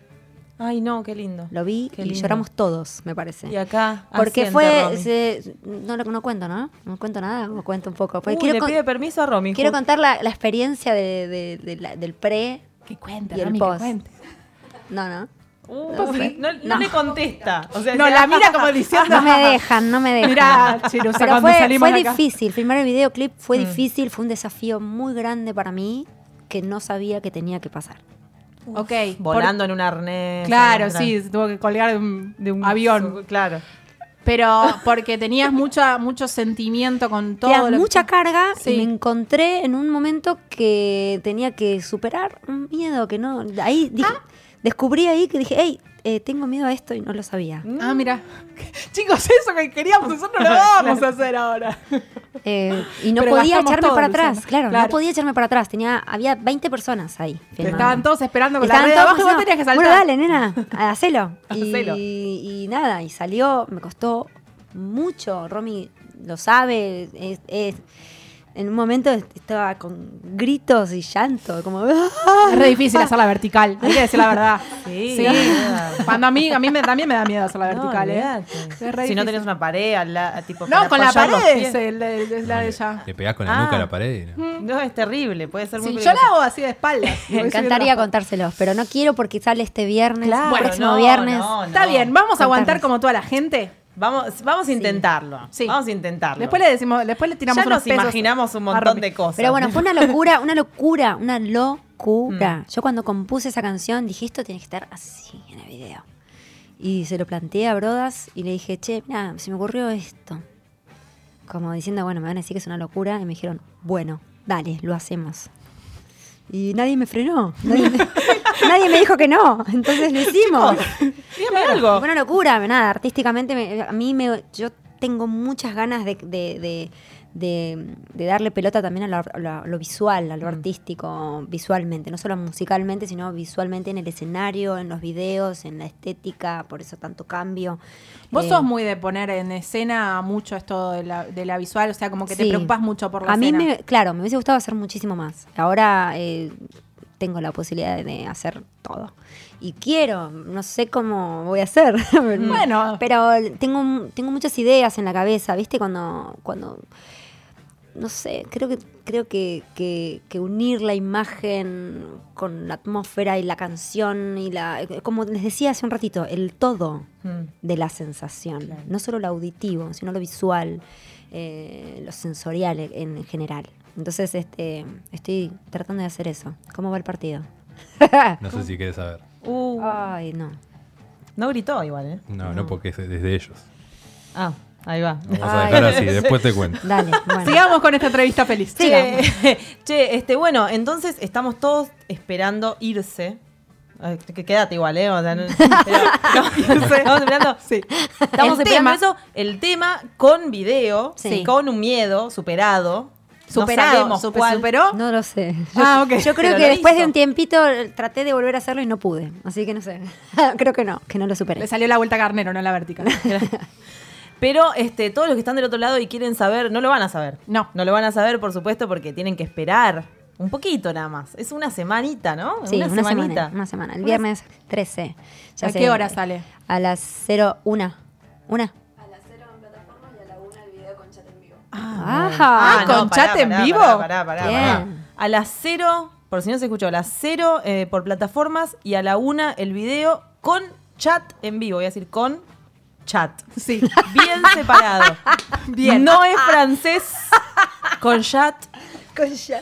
[SPEAKER 1] Ay, no, qué lindo.
[SPEAKER 3] Lo vi
[SPEAKER 1] Qué
[SPEAKER 3] y
[SPEAKER 1] lindo.
[SPEAKER 3] lloramos todos, me parece.
[SPEAKER 1] Y acá.
[SPEAKER 3] Porque
[SPEAKER 1] asiente,
[SPEAKER 3] fue.
[SPEAKER 1] Romy.
[SPEAKER 3] se- no, lo- no cuento, ¿no? No cuento nada, o cuento un poco. Porque
[SPEAKER 1] Uy,
[SPEAKER 3] quiero
[SPEAKER 1] Uh, le
[SPEAKER 3] con-
[SPEAKER 1] pide permiso a Romy.
[SPEAKER 3] Quiero
[SPEAKER 1] Ju-
[SPEAKER 3] contar la, la experiencia de- de- de la- del pre.
[SPEAKER 2] Que cuente,
[SPEAKER 3] Y el
[SPEAKER 2] Rami, que
[SPEAKER 3] post.
[SPEAKER 2] cuente.
[SPEAKER 3] No, no.
[SPEAKER 1] Uh,
[SPEAKER 3] No sé.
[SPEAKER 1] no, no
[SPEAKER 3] No.
[SPEAKER 1] le contesta. O sea,
[SPEAKER 2] No,
[SPEAKER 1] se-
[SPEAKER 2] la mira como diciendo.
[SPEAKER 3] No me dejan, no me dejan.
[SPEAKER 2] Mirá, Chirusa,
[SPEAKER 3] Pero
[SPEAKER 2] cuando
[SPEAKER 3] fue,
[SPEAKER 2] salimos
[SPEAKER 3] fue
[SPEAKER 2] de acá.
[SPEAKER 3] difícil. Filmar el videoclip fue
[SPEAKER 1] Mm.
[SPEAKER 3] difícil, fue un desafío muy grande para mí que no sabía que tenía que pasar.
[SPEAKER 2] Ok.
[SPEAKER 1] Volando
[SPEAKER 2] por-
[SPEAKER 1] en un arnés.
[SPEAKER 2] Claro,
[SPEAKER 1] en un-
[SPEAKER 2] sí, se tuvo que colgar de un,
[SPEAKER 1] De un
[SPEAKER 2] avión.
[SPEAKER 1] Claro.
[SPEAKER 2] Pero porque tenías mucha, mucho sentimiento con todo.
[SPEAKER 3] Era
[SPEAKER 2] lo que-
[SPEAKER 3] mucha carga
[SPEAKER 2] Sí.
[SPEAKER 3] y me encontré en un momento que tenía que superar un miedo que no. Ahí dije-
[SPEAKER 2] Ah.
[SPEAKER 3] descubrí ahí que dije, hey, tengo miedo a esto y no lo sabía.
[SPEAKER 2] Ah, mira. Chicos, eso que queríamos hacer no lo vamos a hacer ahora.
[SPEAKER 3] Eh, y no
[SPEAKER 2] Pero
[SPEAKER 3] podía
[SPEAKER 2] gastamos
[SPEAKER 3] echarme
[SPEAKER 2] todo,
[SPEAKER 3] para
[SPEAKER 2] Luciana.
[SPEAKER 3] atrás, claro,
[SPEAKER 2] Claro.
[SPEAKER 3] no podía echarme para atrás. Tenía, había 20 personas ahí. filmando.
[SPEAKER 2] Estaban todos esperando con
[SPEAKER 3] Estaban
[SPEAKER 2] la red
[SPEAKER 3] todos
[SPEAKER 2] abajo y vos
[SPEAKER 3] como
[SPEAKER 2] tenías que
[SPEAKER 3] diciendo,
[SPEAKER 2] saltar.
[SPEAKER 3] Bueno, dale, nena, hacelo. Y,
[SPEAKER 1] Hacelo.
[SPEAKER 3] y nada, y salió, me costó mucho. Romy lo sabe, es, es- en un momento estaba con gritos y llanto, como... "Ah".
[SPEAKER 2] Es re difícil hacer la vertical, hay que decir la verdad.
[SPEAKER 1] Sí.
[SPEAKER 2] Sí. Cuando a mí, a mí me, también me da miedo hacer la vertical,
[SPEAKER 1] No,
[SPEAKER 2] ¿eh?
[SPEAKER 1] olvídate.
[SPEAKER 2] Es re
[SPEAKER 1] si no
[SPEAKER 2] difícil.
[SPEAKER 1] tenés una pared, al la- tipo.
[SPEAKER 2] No,
[SPEAKER 1] para
[SPEAKER 2] con la
[SPEAKER 1] apoyar los
[SPEAKER 2] pared
[SPEAKER 1] pies.
[SPEAKER 2] es, el- el- es la de ella.
[SPEAKER 4] Te pegás con la
[SPEAKER 1] Ah.
[SPEAKER 4] nuca a la pared. y no.
[SPEAKER 1] No, es terrible, puede ser muy
[SPEAKER 2] Sí, yo la
[SPEAKER 1] peligroso.
[SPEAKER 2] hago así de espaldas.
[SPEAKER 3] Me
[SPEAKER 2] "Ah".
[SPEAKER 3] encantaría contárselos, pero no quiero porque sale este viernes,
[SPEAKER 1] Claro,
[SPEAKER 3] el próximo
[SPEAKER 1] no,
[SPEAKER 3] viernes.
[SPEAKER 1] no,
[SPEAKER 2] Está
[SPEAKER 1] no.
[SPEAKER 2] bien, vamos a aguantar
[SPEAKER 3] Contarnos.
[SPEAKER 2] como toda la gente.
[SPEAKER 1] Vamos, vamos a intentarlo.
[SPEAKER 2] Sí.
[SPEAKER 1] Vamos a intentarlo.
[SPEAKER 2] Después le decimos, después le tiramos
[SPEAKER 1] ya
[SPEAKER 2] unos
[SPEAKER 1] nos
[SPEAKER 2] pesos
[SPEAKER 1] imaginamos un
[SPEAKER 2] a
[SPEAKER 1] montón
[SPEAKER 2] Romy.
[SPEAKER 1] de cosas.
[SPEAKER 3] Pero bueno, fue una locura, una locura, una locura. Yo cuando compuse esa canción dije, esto tiene que estar así en el video. Y se lo planteé a Brodas y le dije, che, mira, se me ocurrió esto. Como diciendo, bueno, me van a decir que es una locura. Y me dijeron, bueno, dale, lo hacemos. Y nadie me frenó. Nadie me, nadie me dijo que no. Entonces lo hicimos.
[SPEAKER 1] Dígame algo.
[SPEAKER 3] Fue una locura, nada, artísticamente me- a mí me, yo tengo muchas ganas de, de- de- de- de darle pelota también a lo, a lo- a lo visual, a lo artístico, visualmente, no solo musicalmente, sino visualmente en el escenario, en los videos, en la estética, por eso tanto cambio.
[SPEAKER 2] Vos
[SPEAKER 3] Eh,
[SPEAKER 2] sos muy de poner en escena mucho esto de la, de la visual, o sea, como que te
[SPEAKER 3] sí.
[SPEAKER 2] preocupas mucho por la
[SPEAKER 3] A mí,
[SPEAKER 2] escena.
[SPEAKER 3] me, claro, me hubiese gustado hacer muchísimo más. Ahora eh, tengo la posibilidad de- de hacer todo. Y quiero, no sé cómo voy a hacer.
[SPEAKER 2] Bueno.
[SPEAKER 3] Pero tengo, tengo muchas ideas en la cabeza, ¿viste? Cuando, cuando no sé, creo que, creo que, que- que unir la imagen con la atmósfera y la canción y la. Como les decía hace un ratito, el todo
[SPEAKER 1] Hmm.
[SPEAKER 3] de la sensación. No solo lo auditivo, sino lo visual, eh, lo sensorial en, en general. Entonces, este, estoy tratando de hacer eso. ¿Cómo va el partido?
[SPEAKER 4] No sé si querés saber.
[SPEAKER 1] Uh,
[SPEAKER 2] Ah.
[SPEAKER 3] Ay, no.
[SPEAKER 1] no gritó igual, ¿eh?
[SPEAKER 4] No, no, porque es desde ellos.
[SPEAKER 1] Ah, ahí va.
[SPEAKER 4] Vamos
[SPEAKER 3] Ay.
[SPEAKER 4] a dejar así, después te cuento.
[SPEAKER 3] Dale, bueno.
[SPEAKER 2] Sigamos con esta entrevista feliz. Sigamos.
[SPEAKER 1] Che, che, este, bueno, entonces estamos todos esperando irse. Ay, que- Quédate igual, ¿eh? O sea, no- pero- no, estamos esperando, estamos
[SPEAKER 2] El
[SPEAKER 1] esperando
[SPEAKER 2] tema.
[SPEAKER 1] eso. El tema con video,
[SPEAKER 3] Sí.
[SPEAKER 1] con un miedo superado. No
[SPEAKER 2] Superado,
[SPEAKER 1] sabemos
[SPEAKER 2] supe-
[SPEAKER 1] cuál.
[SPEAKER 2] pues, superó.
[SPEAKER 3] No lo sé.
[SPEAKER 2] Ah, ok.
[SPEAKER 3] Yo creo
[SPEAKER 1] Pero
[SPEAKER 3] que
[SPEAKER 1] lo
[SPEAKER 3] después de
[SPEAKER 1] hizo.
[SPEAKER 3] un tiempito traté de volver a hacerlo y no pude. Así que no sé. creo que no, que no lo superé.
[SPEAKER 2] Le salió la vuelta a carnero, no la vertical.
[SPEAKER 1] Pero este, todos los que están del otro lado y quieren saber, no lo van a saber.
[SPEAKER 2] No.
[SPEAKER 1] No lo van a saber, por supuesto, porque tienen que esperar Un poquito nada más. Es una semanita, ¿no?
[SPEAKER 3] Sí, una, semanita. Semana, una semana. El viernes 13. Ya
[SPEAKER 2] ¿A
[SPEAKER 3] sé,
[SPEAKER 2] qué hora sale?
[SPEAKER 3] A las 0, 1. ¿Una?
[SPEAKER 5] A las 0 en plataforma y a la 1 el video con chat en vivo.
[SPEAKER 3] Ajá.
[SPEAKER 2] Ah, ¿con chat en vivo?
[SPEAKER 1] pará, pará,
[SPEAKER 3] Bien.
[SPEAKER 1] pará. A las 0, por si no se escuchó, a las 0 por plataformas y a la 1 el video con chat en vivo. Voy a decir con chat.
[SPEAKER 2] Sí.
[SPEAKER 1] Bien separado.
[SPEAKER 2] Bien.
[SPEAKER 1] No es francés con chat.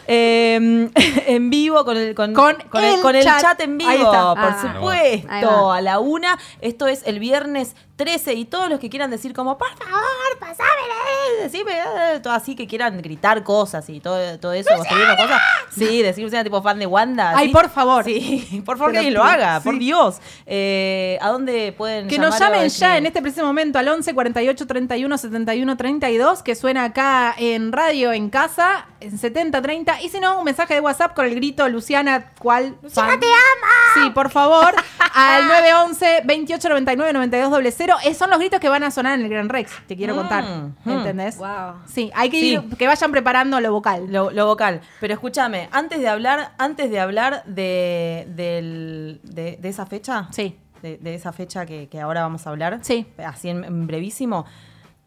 [SPEAKER 1] Eh, en vivo, con el, con,
[SPEAKER 2] Con
[SPEAKER 1] el,
[SPEAKER 2] el
[SPEAKER 1] con el
[SPEAKER 2] chat.
[SPEAKER 1] chat. en vivo,
[SPEAKER 2] Ahí está.
[SPEAKER 1] por
[SPEAKER 3] Ah. Ahí
[SPEAKER 1] supuesto,
[SPEAKER 3] va.
[SPEAKER 1] a la una. Esto es el viernes 13 y todos los que quieran decir como, por favor, pasámela, eh, decime, eh", todo así que quieran gritar cosas y todo, todo eso, o subir cosas. Sí, decir que sea tipo fan de Wanda.
[SPEAKER 2] Ay,
[SPEAKER 1] ¿sí?
[SPEAKER 2] por favor.
[SPEAKER 1] Sí, por favor que
[SPEAKER 2] Pero
[SPEAKER 1] alguien lo
[SPEAKER 2] tú,
[SPEAKER 1] haga,
[SPEAKER 2] sí.
[SPEAKER 1] por Dios. Eh, ¿A dónde pueden
[SPEAKER 2] Que nos
[SPEAKER 1] llamar o
[SPEAKER 2] llamen ya
[SPEAKER 1] decir?
[SPEAKER 2] en este preciso momento al 11 48 31 71 32, que suena acá en radio, en casa, en 70 30. Y si no, un mensaje de WhatsApp con el grito Luciana, ¿cuál? ¡Luciana te ama! Sí, por favor, al 911 28 99 92 00. Eh, Son los gritos que van a sonar en el Gran Rex, te quiero contar.
[SPEAKER 1] Mm,
[SPEAKER 2] ¿Entendés?
[SPEAKER 3] Wow.
[SPEAKER 2] Sí, hay que
[SPEAKER 1] Sí.
[SPEAKER 2] ir- que vayan preparando lo vocal.
[SPEAKER 1] Lo, lo vocal. Pero escúchame, antes de hablar, antes de hablar de, del- de, de esa fecha.
[SPEAKER 2] Sí.
[SPEAKER 1] De, de esa fecha que, que ahora vamos a hablar.
[SPEAKER 2] Sí.
[SPEAKER 1] Así en, en brevísimo.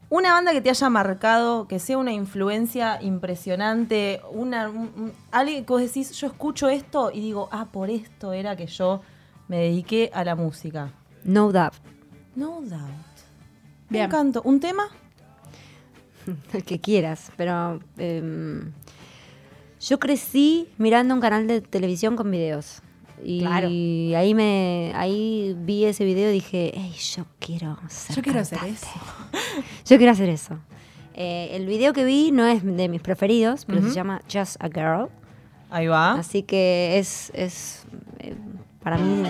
[SPEAKER 1] Una banda que te haya marcado, que sea una influencia impresionante, una, un- un- alguien que vos decís, yo escucho esto y digo, ah, por esto era que yo me dediqué a la música.
[SPEAKER 3] No doubt.
[SPEAKER 1] No doubt. Me
[SPEAKER 2] Bien.
[SPEAKER 1] encanto. ¿Un tema?
[SPEAKER 3] El que quieras, pero em, yo crecí mirando un canal de televisión con videos. Y
[SPEAKER 2] Claro.
[SPEAKER 3] ahí me ahí vi ese video y dije, hey, yo quiero ser
[SPEAKER 2] Yo quiero hacer
[SPEAKER 3] cantante".
[SPEAKER 2] eso.
[SPEAKER 3] Yo quiero hacer eso. Eh, el video que vi no es de mis preferidos, pero se llama Just a Girl.
[SPEAKER 1] Ahí va.
[SPEAKER 3] Así que es, es eh, para mí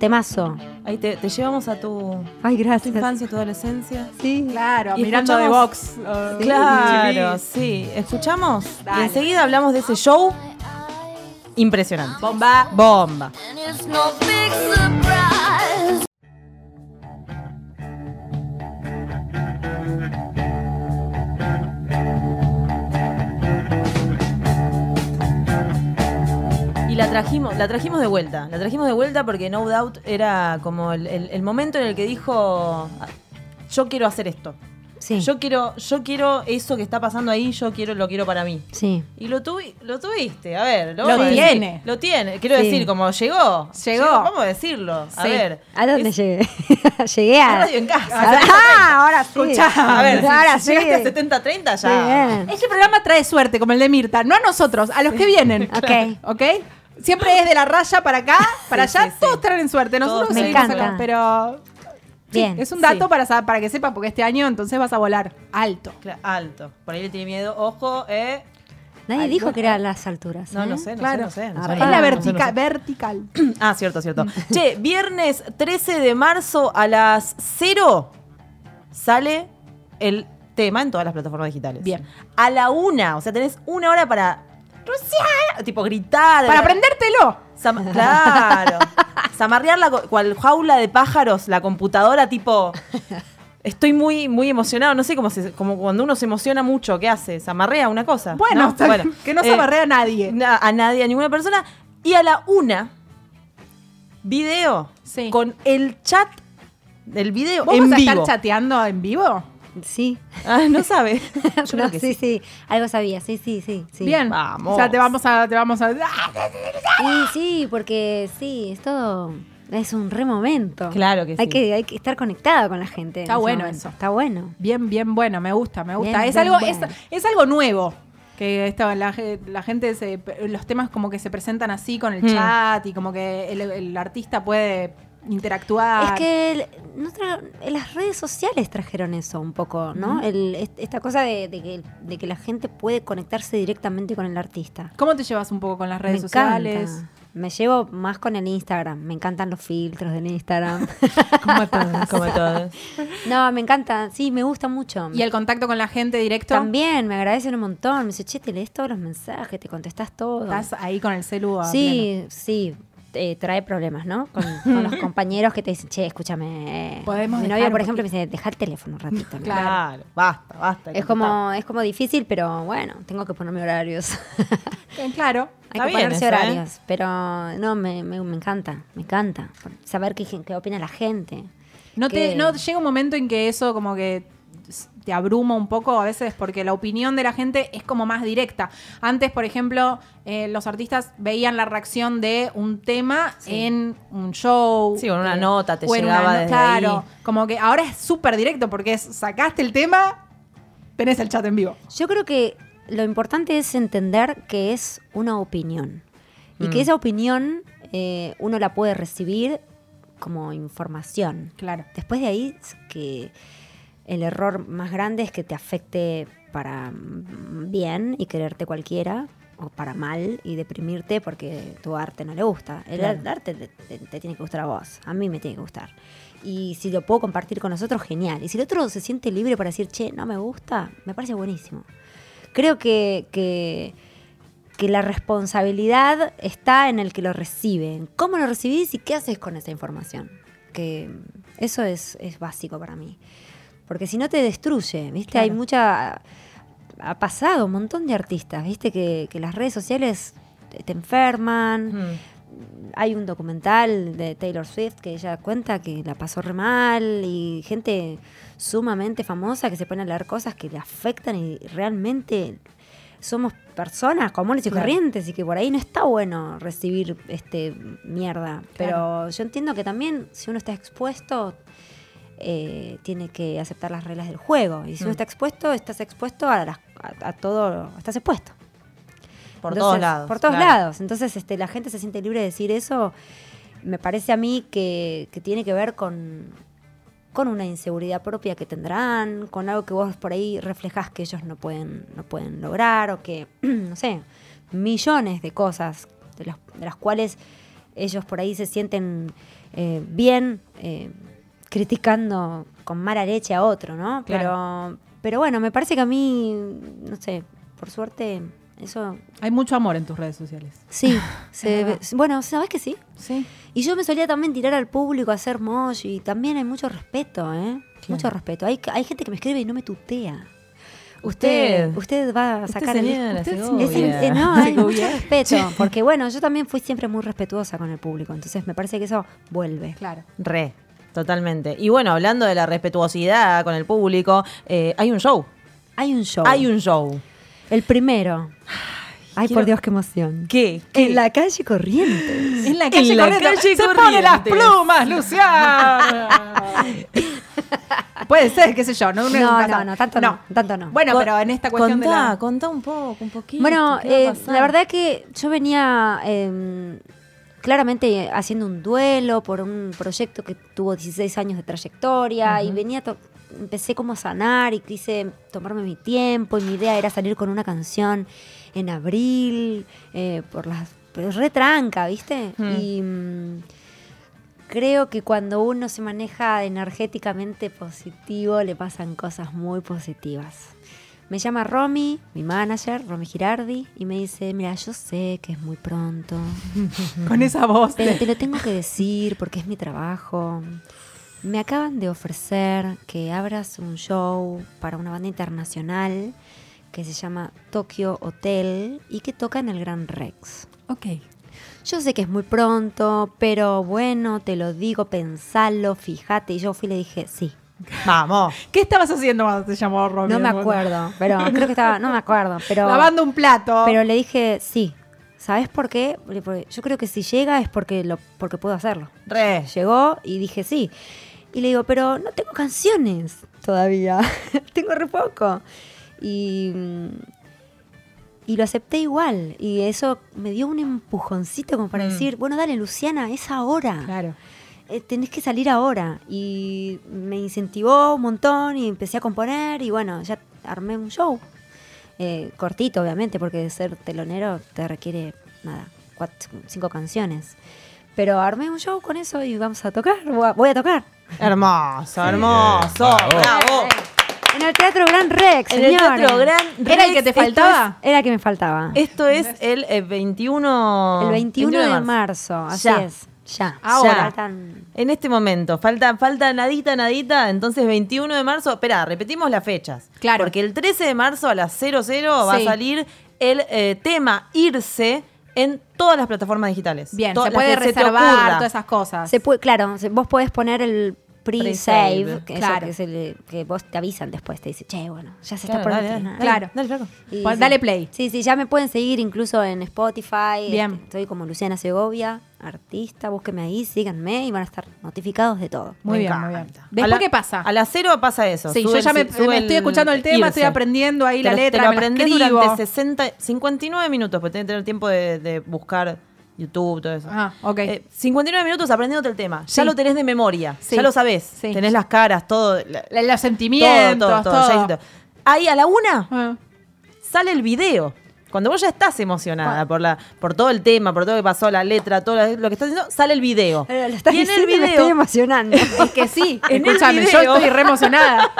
[SPEAKER 3] temazo.
[SPEAKER 1] Ahí te, te llevamos a tu
[SPEAKER 3] Ay, gracias.
[SPEAKER 1] infancia, tu adolescencia.
[SPEAKER 3] Sí.
[SPEAKER 2] Claro,
[SPEAKER 1] Y
[SPEAKER 2] mirando de
[SPEAKER 1] escuchamos-
[SPEAKER 2] box. eh,
[SPEAKER 1] Claro,
[SPEAKER 2] chivis.
[SPEAKER 1] sí. ¿Escuchamos?
[SPEAKER 2] Dale.
[SPEAKER 1] Y enseguida hablamos de ese show impresionante.
[SPEAKER 2] Bomba.
[SPEAKER 1] Bomba.
[SPEAKER 5] And it's no big surprise.
[SPEAKER 1] Y la trajimos, la trajimos de vuelta. La trajimos de vuelta porque No Doubt era como el, el- el momento en el que dijo, "Ah, yo quiero hacer esto.
[SPEAKER 3] Sí.
[SPEAKER 1] Yo quiero, yo quiero eso que está pasando ahí, yo quiero, lo quiero para mí.
[SPEAKER 3] sí.
[SPEAKER 1] Y lo, tuvi- lo tuviste, a ver.
[SPEAKER 2] Lo
[SPEAKER 1] vamos a decir.
[SPEAKER 2] tiene.
[SPEAKER 1] Lo tiene. Quiero
[SPEAKER 3] Sí.
[SPEAKER 1] decir, como llegó.
[SPEAKER 2] Llegó.
[SPEAKER 1] Vamos a decirlo. A
[SPEAKER 2] Sí.
[SPEAKER 1] ver.
[SPEAKER 3] ¿A dónde
[SPEAKER 1] Es-
[SPEAKER 3] llegué? llegué
[SPEAKER 1] a
[SPEAKER 3] a...
[SPEAKER 1] radio en casa.
[SPEAKER 3] Ah, ahora sí.
[SPEAKER 2] Escuchá,
[SPEAKER 1] A ver, si
[SPEAKER 3] ahora sí.
[SPEAKER 1] llegaste a 70-30 ya.
[SPEAKER 3] Bien.
[SPEAKER 2] Este programa trae suerte, como el de Mirta, no a nosotros, a los que vienen.
[SPEAKER 3] Ok.
[SPEAKER 2] ¿Ok? Siempre es de la raya para acá, para allá, todos traen suerte. Nosotros
[SPEAKER 1] Todos
[SPEAKER 3] Me
[SPEAKER 2] seguimos
[SPEAKER 3] encanta.
[SPEAKER 2] acá, pero. sí,
[SPEAKER 3] Bien.
[SPEAKER 2] es un
[SPEAKER 1] Sí.
[SPEAKER 2] dato para, sa- para que sepas, porque este año entonces vas a volar alto.
[SPEAKER 1] Cla- alto. Por ahí le tiene miedo. Ojo, eh.
[SPEAKER 3] Nadie dijo que eran las alturas.
[SPEAKER 1] No,
[SPEAKER 3] ¿eh?
[SPEAKER 1] no sé, no sé, no sé. No sé,
[SPEAKER 2] es
[SPEAKER 1] no
[SPEAKER 2] la
[SPEAKER 1] sé,
[SPEAKER 2] vertica-
[SPEAKER 1] no sé.
[SPEAKER 2] vertical.
[SPEAKER 1] Ah, cierto, cierto. che, viernes 13 de marzo a las 0 sale el tema en todas las plataformas digitales.
[SPEAKER 2] Bien.
[SPEAKER 1] A la una, o sea, tenés una hora para. ¡Luciana! Tipo gritar.
[SPEAKER 2] Para aprendértelo.
[SPEAKER 1] Sam- claro. Zamarrear la co- cual jaula de pájaros, la computadora, tipo. Estoy muy, muy emocionado. No sé cómo se, como cuando uno se emociona mucho, ¿qué hace? ¿Zamarrea una cosa?
[SPEAKER 2] Bueno,
[SPEAKER 1] ¿no? Bueno,
[SPEAKER 2] que no se
[SPEAKER 1] eh,
[SPEAKER 2] amarrea a nadie.
[SPEAKER 1] na- a nadie, a ninguna persona. Y a la una, video
[SPEAKER 2] Sí.
[SPEAKER 1] con el chat del video
[SPEAKER 2] ¿Vos
[SPEAKER 1] en
[SPEAKER 2] vas a
[SPEAKER 1] vivo.
[SPEAKER 2] estar chateando en vivo?
[SPEAKER 3] Sí.
[SPEAKER 1] Ah, no sabe. Yo creo
[SPEAKER 3] No,
[SPEAKER 1] que
[SPEAKER 3] sí, sí. Algo sabía. Sí, sí, sí. sí.
[SPEAKER 2] Bien.
[SPEAKER 1] Vamos.
[SPEAKER 2] O sea, te vamos a. Te vamos a... ¡Ah!
[SPEAKER 3] Y sí, porque sí, es todo. Es un re momento.
[SPEAKER 1] Claro que
[SPEAKER 3] Hay
[SPEAKER 1] sí.
[SPEAKER 3] que, hay que estar conectada con la gente. en
[SPEAKER 2] Está
[SPEAKER 3] ese
[SPEAKER 2] bueno
[SPEAKER 3] momento.
[SPEAKER 2] eso.
[SPEAKER 3] Está bueno.
[SPEAKER 2] Bien, bien bueno, me gusta, me gusta.
[SPEAKER 3] Bien,
[SPEAKER 2] es,
[SPEAKER 3] bien
[SPEAKER 2] algo,
[SPEAKER 3] bueno.
[SPEAKER 2] es, es algo nuevo. Que esta, la, ge- la gente, se- los temas como que se presentan así con el
[SPEAKER 3] Hmm.
[SPEAKER 1] Mm.
[SPEAKER 2] chat y como que el, el artista puede interactuar.
[SPEAKER 3] Es que el- no tra- eh, las redes sociales trajeron eso un poco, ¿no? El- est- esta cosa de, de que, de que la gente puede conectarse directamente con el artista.
[SPEAKER 2] ¿Cómo te llevas un poco con las redes
[SPEAKER 3] Me
[SPEAKER 2] sociales?
[SPEAKER 3] encanta. Me llevo más con el Instagram. Me encantan los filtros del Instagram.
[SPEAKER 1] Como todos, como todos.
[SPEAKER 3] no, me encanta. Sí, me gusta mucho.
[SPEAKER 2] Y el contacto con la gente directo.
[SPEAKER 3] También me agradecen un montón. Me dice, che, te lees todos los mensajes, te contestás todo.
[SPEAKER 2] Estás ahí con el celular.
[SPEAKER 3] sí, sí. eh, trae problemas, ¿no? Con, con los compañeros que te dicen, che, escúchame. eh,
[SPEAKER 2] Podemos
[SPEAKER 3] Mi
[SPEAKER 2] dejar
[SPEAKER 3] novio,
[SPEAKER 2] un
[SPEAKER 3] por ejemplo, me
[SPEAKER 2] poquito.
[SPEAKER 3] dice, deja el teléfono un ratito. ¿no?".
[SPEAKER 1] Claro, basta, basta.
[SPEAKER 3] Es como, es como difícil, pero bueno, tengo que ponerme horarios.
[SPEAKER 2] Eh, Claro.
[SPEAKER 3] Hay
[SPEAKER 1] Está
[SPEAKER 3] que
[SPEAKER 1] bien
[SPEAKER 3] ponerse
[SPEAKER 1] eso, ¿eh?
[SPEAKER 3] horarios. Pero no, me, me- me encanta, me encanta. Saber qué, gen- qué opina la gente.
[SPEAKER 2] No, te,
[SPEAKER 3] Que-
[SPEAKER 2] no llega un momento en que eso como que s- te abruma un poco a veces porque la opinión de la gente es como más directa. Antes, por ejemplo, eh, los artistas veían la reacción de un tema en un show.
[SPEAKER 1] Sí, con una
[SPEAKER 2] eh,
[SPEAKER 1] nota te
[SPEAKER 2] o en una
[SPEAKER 1] llegaba
[SPEAKER 2] no-
[SPEAKER 1] desde
[SPEAKER 2] Claro,
[SPEAKER 1] ahí.
[SPEAKER 2] como que ahora es súper directo porque es, sacaste el tema, tenés el chat en vivo.
[SPEAKER 3] Yo creo que lo importante es entender que es una opinión. Y
[SPEAKER 1] Mm.
[SPEAKER 3] que esa opinión eh, uno la puede recibir como información.
[SPEAKER 2] Claro.
[SPEAKER 3] Después de ahí, es que el error más grande es que te afecte para mm, bien y quererte cualquiera, o para mal y deprimirte porque tu arte no le gusta. El
[SPEAKER 1] Claro.
[SPEAKER 3] ar- arte te, te- te tiene que gustar a vos, a mí me tiene que gustar. Y si lo puedo compartir con nosotros, genial. Y si el otro se siente libre para decir, che, no me gusta, me parece buenísimo. Creo que- que que la responsabilidad está en el que lo recibe, en cómo lo recibís y qué haces con esa información. Que eso es, es básico para mí. Porque si no te destruye, ¿viste? Hay mucha... Ha pasado un montón de artistas, ¿viste? Que, que las redes sociales te- te enferman, hay un documental de Taylor Swift que ella cuenta que la pasó re mal y gente sumamente famosa que se pone a leer cosas que le afectan y realmente somos personas comunes y corrientes y que por ahí no está bueno recibir este mierda. Pero yo entiendo que también si uno está expuesto eh, tiene que aceptar las reglas del juego y si uno está expuesto estás expuesto a, las- a- a todo, estás expuesto.
[SPEAKER 1] Por
[SPEAKER 3] Entonces,
[SPEAKER 1] todos lados.
[SPEAKER 3] Por todos
[SPEAKER 1] claro.
[SPEAKER 3] lados. Entonces, este, la gente se siente libre de decir eso. Me parece a mí que, que tiene que ver con, con una inseguridad propia que tendrán, con algo que vos por ahí reflejás que ellos no pueden, no pueden lograr, o que, no sé, millones de cosas de, las- de las cuales ellos por ahí se sienten eh, bien eh, criticando con mala leche a otro, ¿no? Pero, pero bueno, me parece que a mí, no sé, por suerte, eso
[SPEAKER 2] Hay mucho amor en tus redes sociales.
[SPEAKER 3] Sí, se
[SPEAKER 2] verdad.
[SPEAKER 3] ve- bueno, ¿sabes que sí?
[SPEAKER 2] Sí.
[SPEAKER 3] Y yo me solía también tirar al público a hacer mosh y también hay mucho respeto, ¿eh? Mucho respeto. Hay, hay gente que me escribe y no me tutea. Usted,
[SPEAKER 1] Usted-
[SPEAKER 3] usted, va a
[SPEAKER 1] usted,
[SPEAKER 3] sacar
[SPEAKER 1] señora,
[SPEAKER 3] usted,
[SPEAKER 1] Segovia.
[SPEAKER 3] es in- eh, no, hay mucho
[SPEAKER 2] Segovia.
[SPEAKER 3] respeto, porque bueno, yo también fui siempre muy respetuosa con el público, entonces me parece que eso vuelve.
[SPEAKER 2] Claro.
[SPEAKER 1] Re, totalmente. Y bueno, hablando de la respetuosidad con el público, eh, hay un show.
[SPEAKER 3] Hay un show.
[SPEAKER 1] Hay un show.
[SPEAKER 3] El primero. Ay,
[SPEAKER 1] quiero-
[SPEAKER 3] por Dios, qué emoción.
[SPEAKER 1] ¿Qué? ¿Qué?
[SPEAKER 3] En la calle corriente.
[SPEAKER 2] En la
[SPEAKER 1] calle
[SPEAKER 2] calle,
[SPEAKER 1] Corrientes.
[SPEAKER 2] se pone las plumas, Luciana. Puede ser, qué sé yo, no Uno
[SPEAKER 3] No,
[SPEAKER 2] nunca
[SPEAKER 3] no,
[SPEAKER 2] sabe.
[SPEAKER 3] no, tanto no, tanto no.
[SPEAKER 2] Bueno,
[SPEAKER 1] Con-
[SPEAKER 2] pero en esta cuestión
[SPEAKER 1] contá,
[SPEAKER 2] de la
[SPEAKER 1] Contá un poco, un poquito.
[SPEAKER 3] Bueno,
[SPEAKER 1] ¿qué va a
[SPEAKER 3] eh,
[SPEAKER 1] pasar?
[SPEAKER 3] la verdad que yo venía eh, claramente haciendo un duelo por un proyecto que tuvo 16 años de trayectoria y venía to- empecé como a sanar y quise tomarme mi tiempo y mi idea era salir con una canción en abril eh, por las pero retranca, ¿viste? Y mm, creo que cuando uno se maneja energéticamente positivo, le pasan cosas muy positivas. Me llama Romy, mi manager, Romy Girardi, y me dice, mira, yo sé que es muy pronto,
[SPEAKER 2] con esa voz.
[SPEAKER 3] pero
[SPEAKER 2] de-
[SPEAKER 3] te lo tengo que decir porque es mi trabajo. Me acaban de ofrecer que abras un show para una banda internacional que se llama Tokyo Hotel y que toca en el Gran Rex.
[SPEAKER 2] Ok.
[SPEAKER 3] Yo sé que es muy pronto, pero bueno, te lo digo, pensalo, fíjate. Y yo fui y le dije, sí.
[SPEAKER 1] Vamos.
[SPEAKER 2] ¿Qué estabas haciendo cuando te llamó Romy?
[SPEAKER 3] No me
[SPEAKER 2] Bueno,
[SPEAKER 3] acuerdo, pero creo que estaba, no me acuerdo, pero...
[SPEAKER 2] Lavando un plato.
[SPEAKER 3] Pero le dije, sí. ¿Sabes por qué? Le- porque Yo creo que si llega es porque, lo, porque puedo hacerlo.
[SPEAKER 1] Re.
[SPEAKER 3] Llegó y dije, sí. Y le digo, pero no tengo canciones todavía. tengo re poco. Y, mm, y lo acepté igual. Y eso me dio un empujoncito como para decir, bueno, dale, Luciana, es ahora
[SPEAKER 2] claro.
[SPEAKER 3] eh, tenés que salir ahora. Y me incentivó un montón y empecé a componer y bueno, ya armé un show. Eh, cortito, obviamente, porque de ser telonero te requiere, nada, cuatro, cinco canciones. Pero armé un show con eso y vamos a tocar, voy a, voy a tocar.
[SPEAKER 1] Hermoso,
[SPEAKER 4] Sí,
[SPEAKER 1] hermoso.
[SPEAKER 4] eh, bravo.
[SPEAKER 1] Bravo.
[SPEAKER 3] En el Teatro Gran Rex,
[SPEAKER 1] En el
[SPEAKER 3] señores.
[SPEAKER 1] Teatro Gran
[SPEAKER 2] ¿Era el
[SPEAKER 1] Rex,
[SPEAKER 2] que
[SPEAKER 1] esto
[SPEAKER 2] te
[SPEAKER 1] es-
[SPEAKER 2] faltaba?
[SPEAKER 3] Era que me faltaba.
[SPEAKER 1] Esto es, el eh, 21...
[SPEAKER 3] El 21 de marzo, así
[SPEAKER 1] Ya.
[SPEAKER 3] es. Ya.
[SPEAKER 1] Ahora.
[SPEAKER 3] Faltan-
[SPEAKER 1] En este momento, falta, falta nadita, nadita, entonces 21 de marzo, espera, repetimos las fechas.
[SPEAKER 2] Claro.
[SPEAKER 1] Porque el 13 de marzo a las 00 va a
[SPEAKER 2] Sí.
[SPEAKER 1] salir el eh, tema Irse en todas las plataformas digitales.
[SPEAKER 2] Bien,
[SPEAKER 1] To-
[SPEAKER 2] se
[SPEAKER 1] las
[SPEAKER 2] puede
[SPEAKER 1] que te
[SPEAKER 2] reservar,
[SPEAKER 1] ocurra.
[SPEAKER 2] todas esas cosas.
[SPEAKER 3] Se puede, claro, se- vos podés poner el pre-save,
[SPEAKER 1] Pre-save,
[SPEAKER 3] que, eso
[SPEAKER 2] claro.
[SPEAKER 3] que, se le- que vos te avisan después, te dice, che, bueno, ya se
[SPEAKER 1] Claro,
[SPEAKER 3] está por
[SPEAKER 1] dale,
[SPEAKER 3] terminar".
[SPEAKER 1] dale,
[SPEAKER 2] Claro.
[SPEAKER 1] Dale, flaco.
[SPEAKER 3] Y
[SPEAKER 2] Pon-
[SPEAKER 3] sí.
[SPEAKER 2] dale play.
[SPEAKER 3] Sí, sí, ya me pueden seguir incluso en Spotify.
[SPEAKER 2] Bien.
[SPEAKER 3] Este, Estoy como Luciana Segovia, artista, búsqueme ahí, síganme y van a estar notificados de todo.
[SPEAKER 2] Muy
[SPEAKER 1] Me
[SPEAKER 2] bien, muy bien.
[SPEAKER 1] encanta.
[SPEAKER 2] ¿Después
[SPEAKER 1] A la-
[SPEAKER 2] qué pasa?
[SPEAKER 1] A las 0 pasa eso.
[SPEAKER 2] Sí,
[SPEAKER 1] Sube
[SPEAKER 2] yo
[SPEAKER 1] el-
[SPEAKER 2] ya me,
[SPEAKER 1] sube
[SPEAKER 2] me estoy
[SPEAKER 1] el
[SPEAKER 2] escuchando el tema, estoy
[SPEAKER 1] Irse.
[SPEAKER 2] aprendiendo ahí
[SPEAKER 1] Te
[SPEAKER 2] la
[SPEAKER 1] lo-
[SPEAKER 2] letra,
[SPEAKER 1] Te lo
[SPEAKER 2] me la
[SPEAKER 1] aprendés
[SPEAKER 2] escribo.
[SPEAKER 1] durante 60, 59 minutos, porque tenés que tener tiempo de, de buscar YouTube, todo eso. Eh,
[SPEAKER 2] Ah, ok.
[SPEAKER 1] 59 minutos aprendiéndote el tema. Ya
[SPEAKER 2] Sí.
[SPEAKER 1] lo tenés de memoria.
[SPEAKER 2] Sí.
[SPEAKER 1] Ya lo sabés.
[SPEAKER 2] Sí.
[SPEAKER 1] Tenés las caras, todo. la-
[SPEAKER 2] La- Eh, los sentimientos, todo.
[SPEAKER 1] ya hiciste. Ahí a la una
[SPEAKER 2] Ah.
[SPEAKER 1] sale el video. Cuando vos ya estás emocionada por la por todo el tema, por todo lo que pasó, la letra, todo lo que estás diciendo, sale el video.
[SPEAKER 2] Eh,
[SPEAKER 3] Pero lo estás
[SPEAKER 1] y en el
[SPEAKER 3] diciendo y me estoy
[SPEAKER 1] video
[SPEAKER 3] emocionando.
[SPEAKER 2] Es que sí,
[SPEAKER 1] En el
[SPEAKER 2] escúchame, yo
[SPEAKER 1] video.
[SPEAKER 2] estoy re emocionada.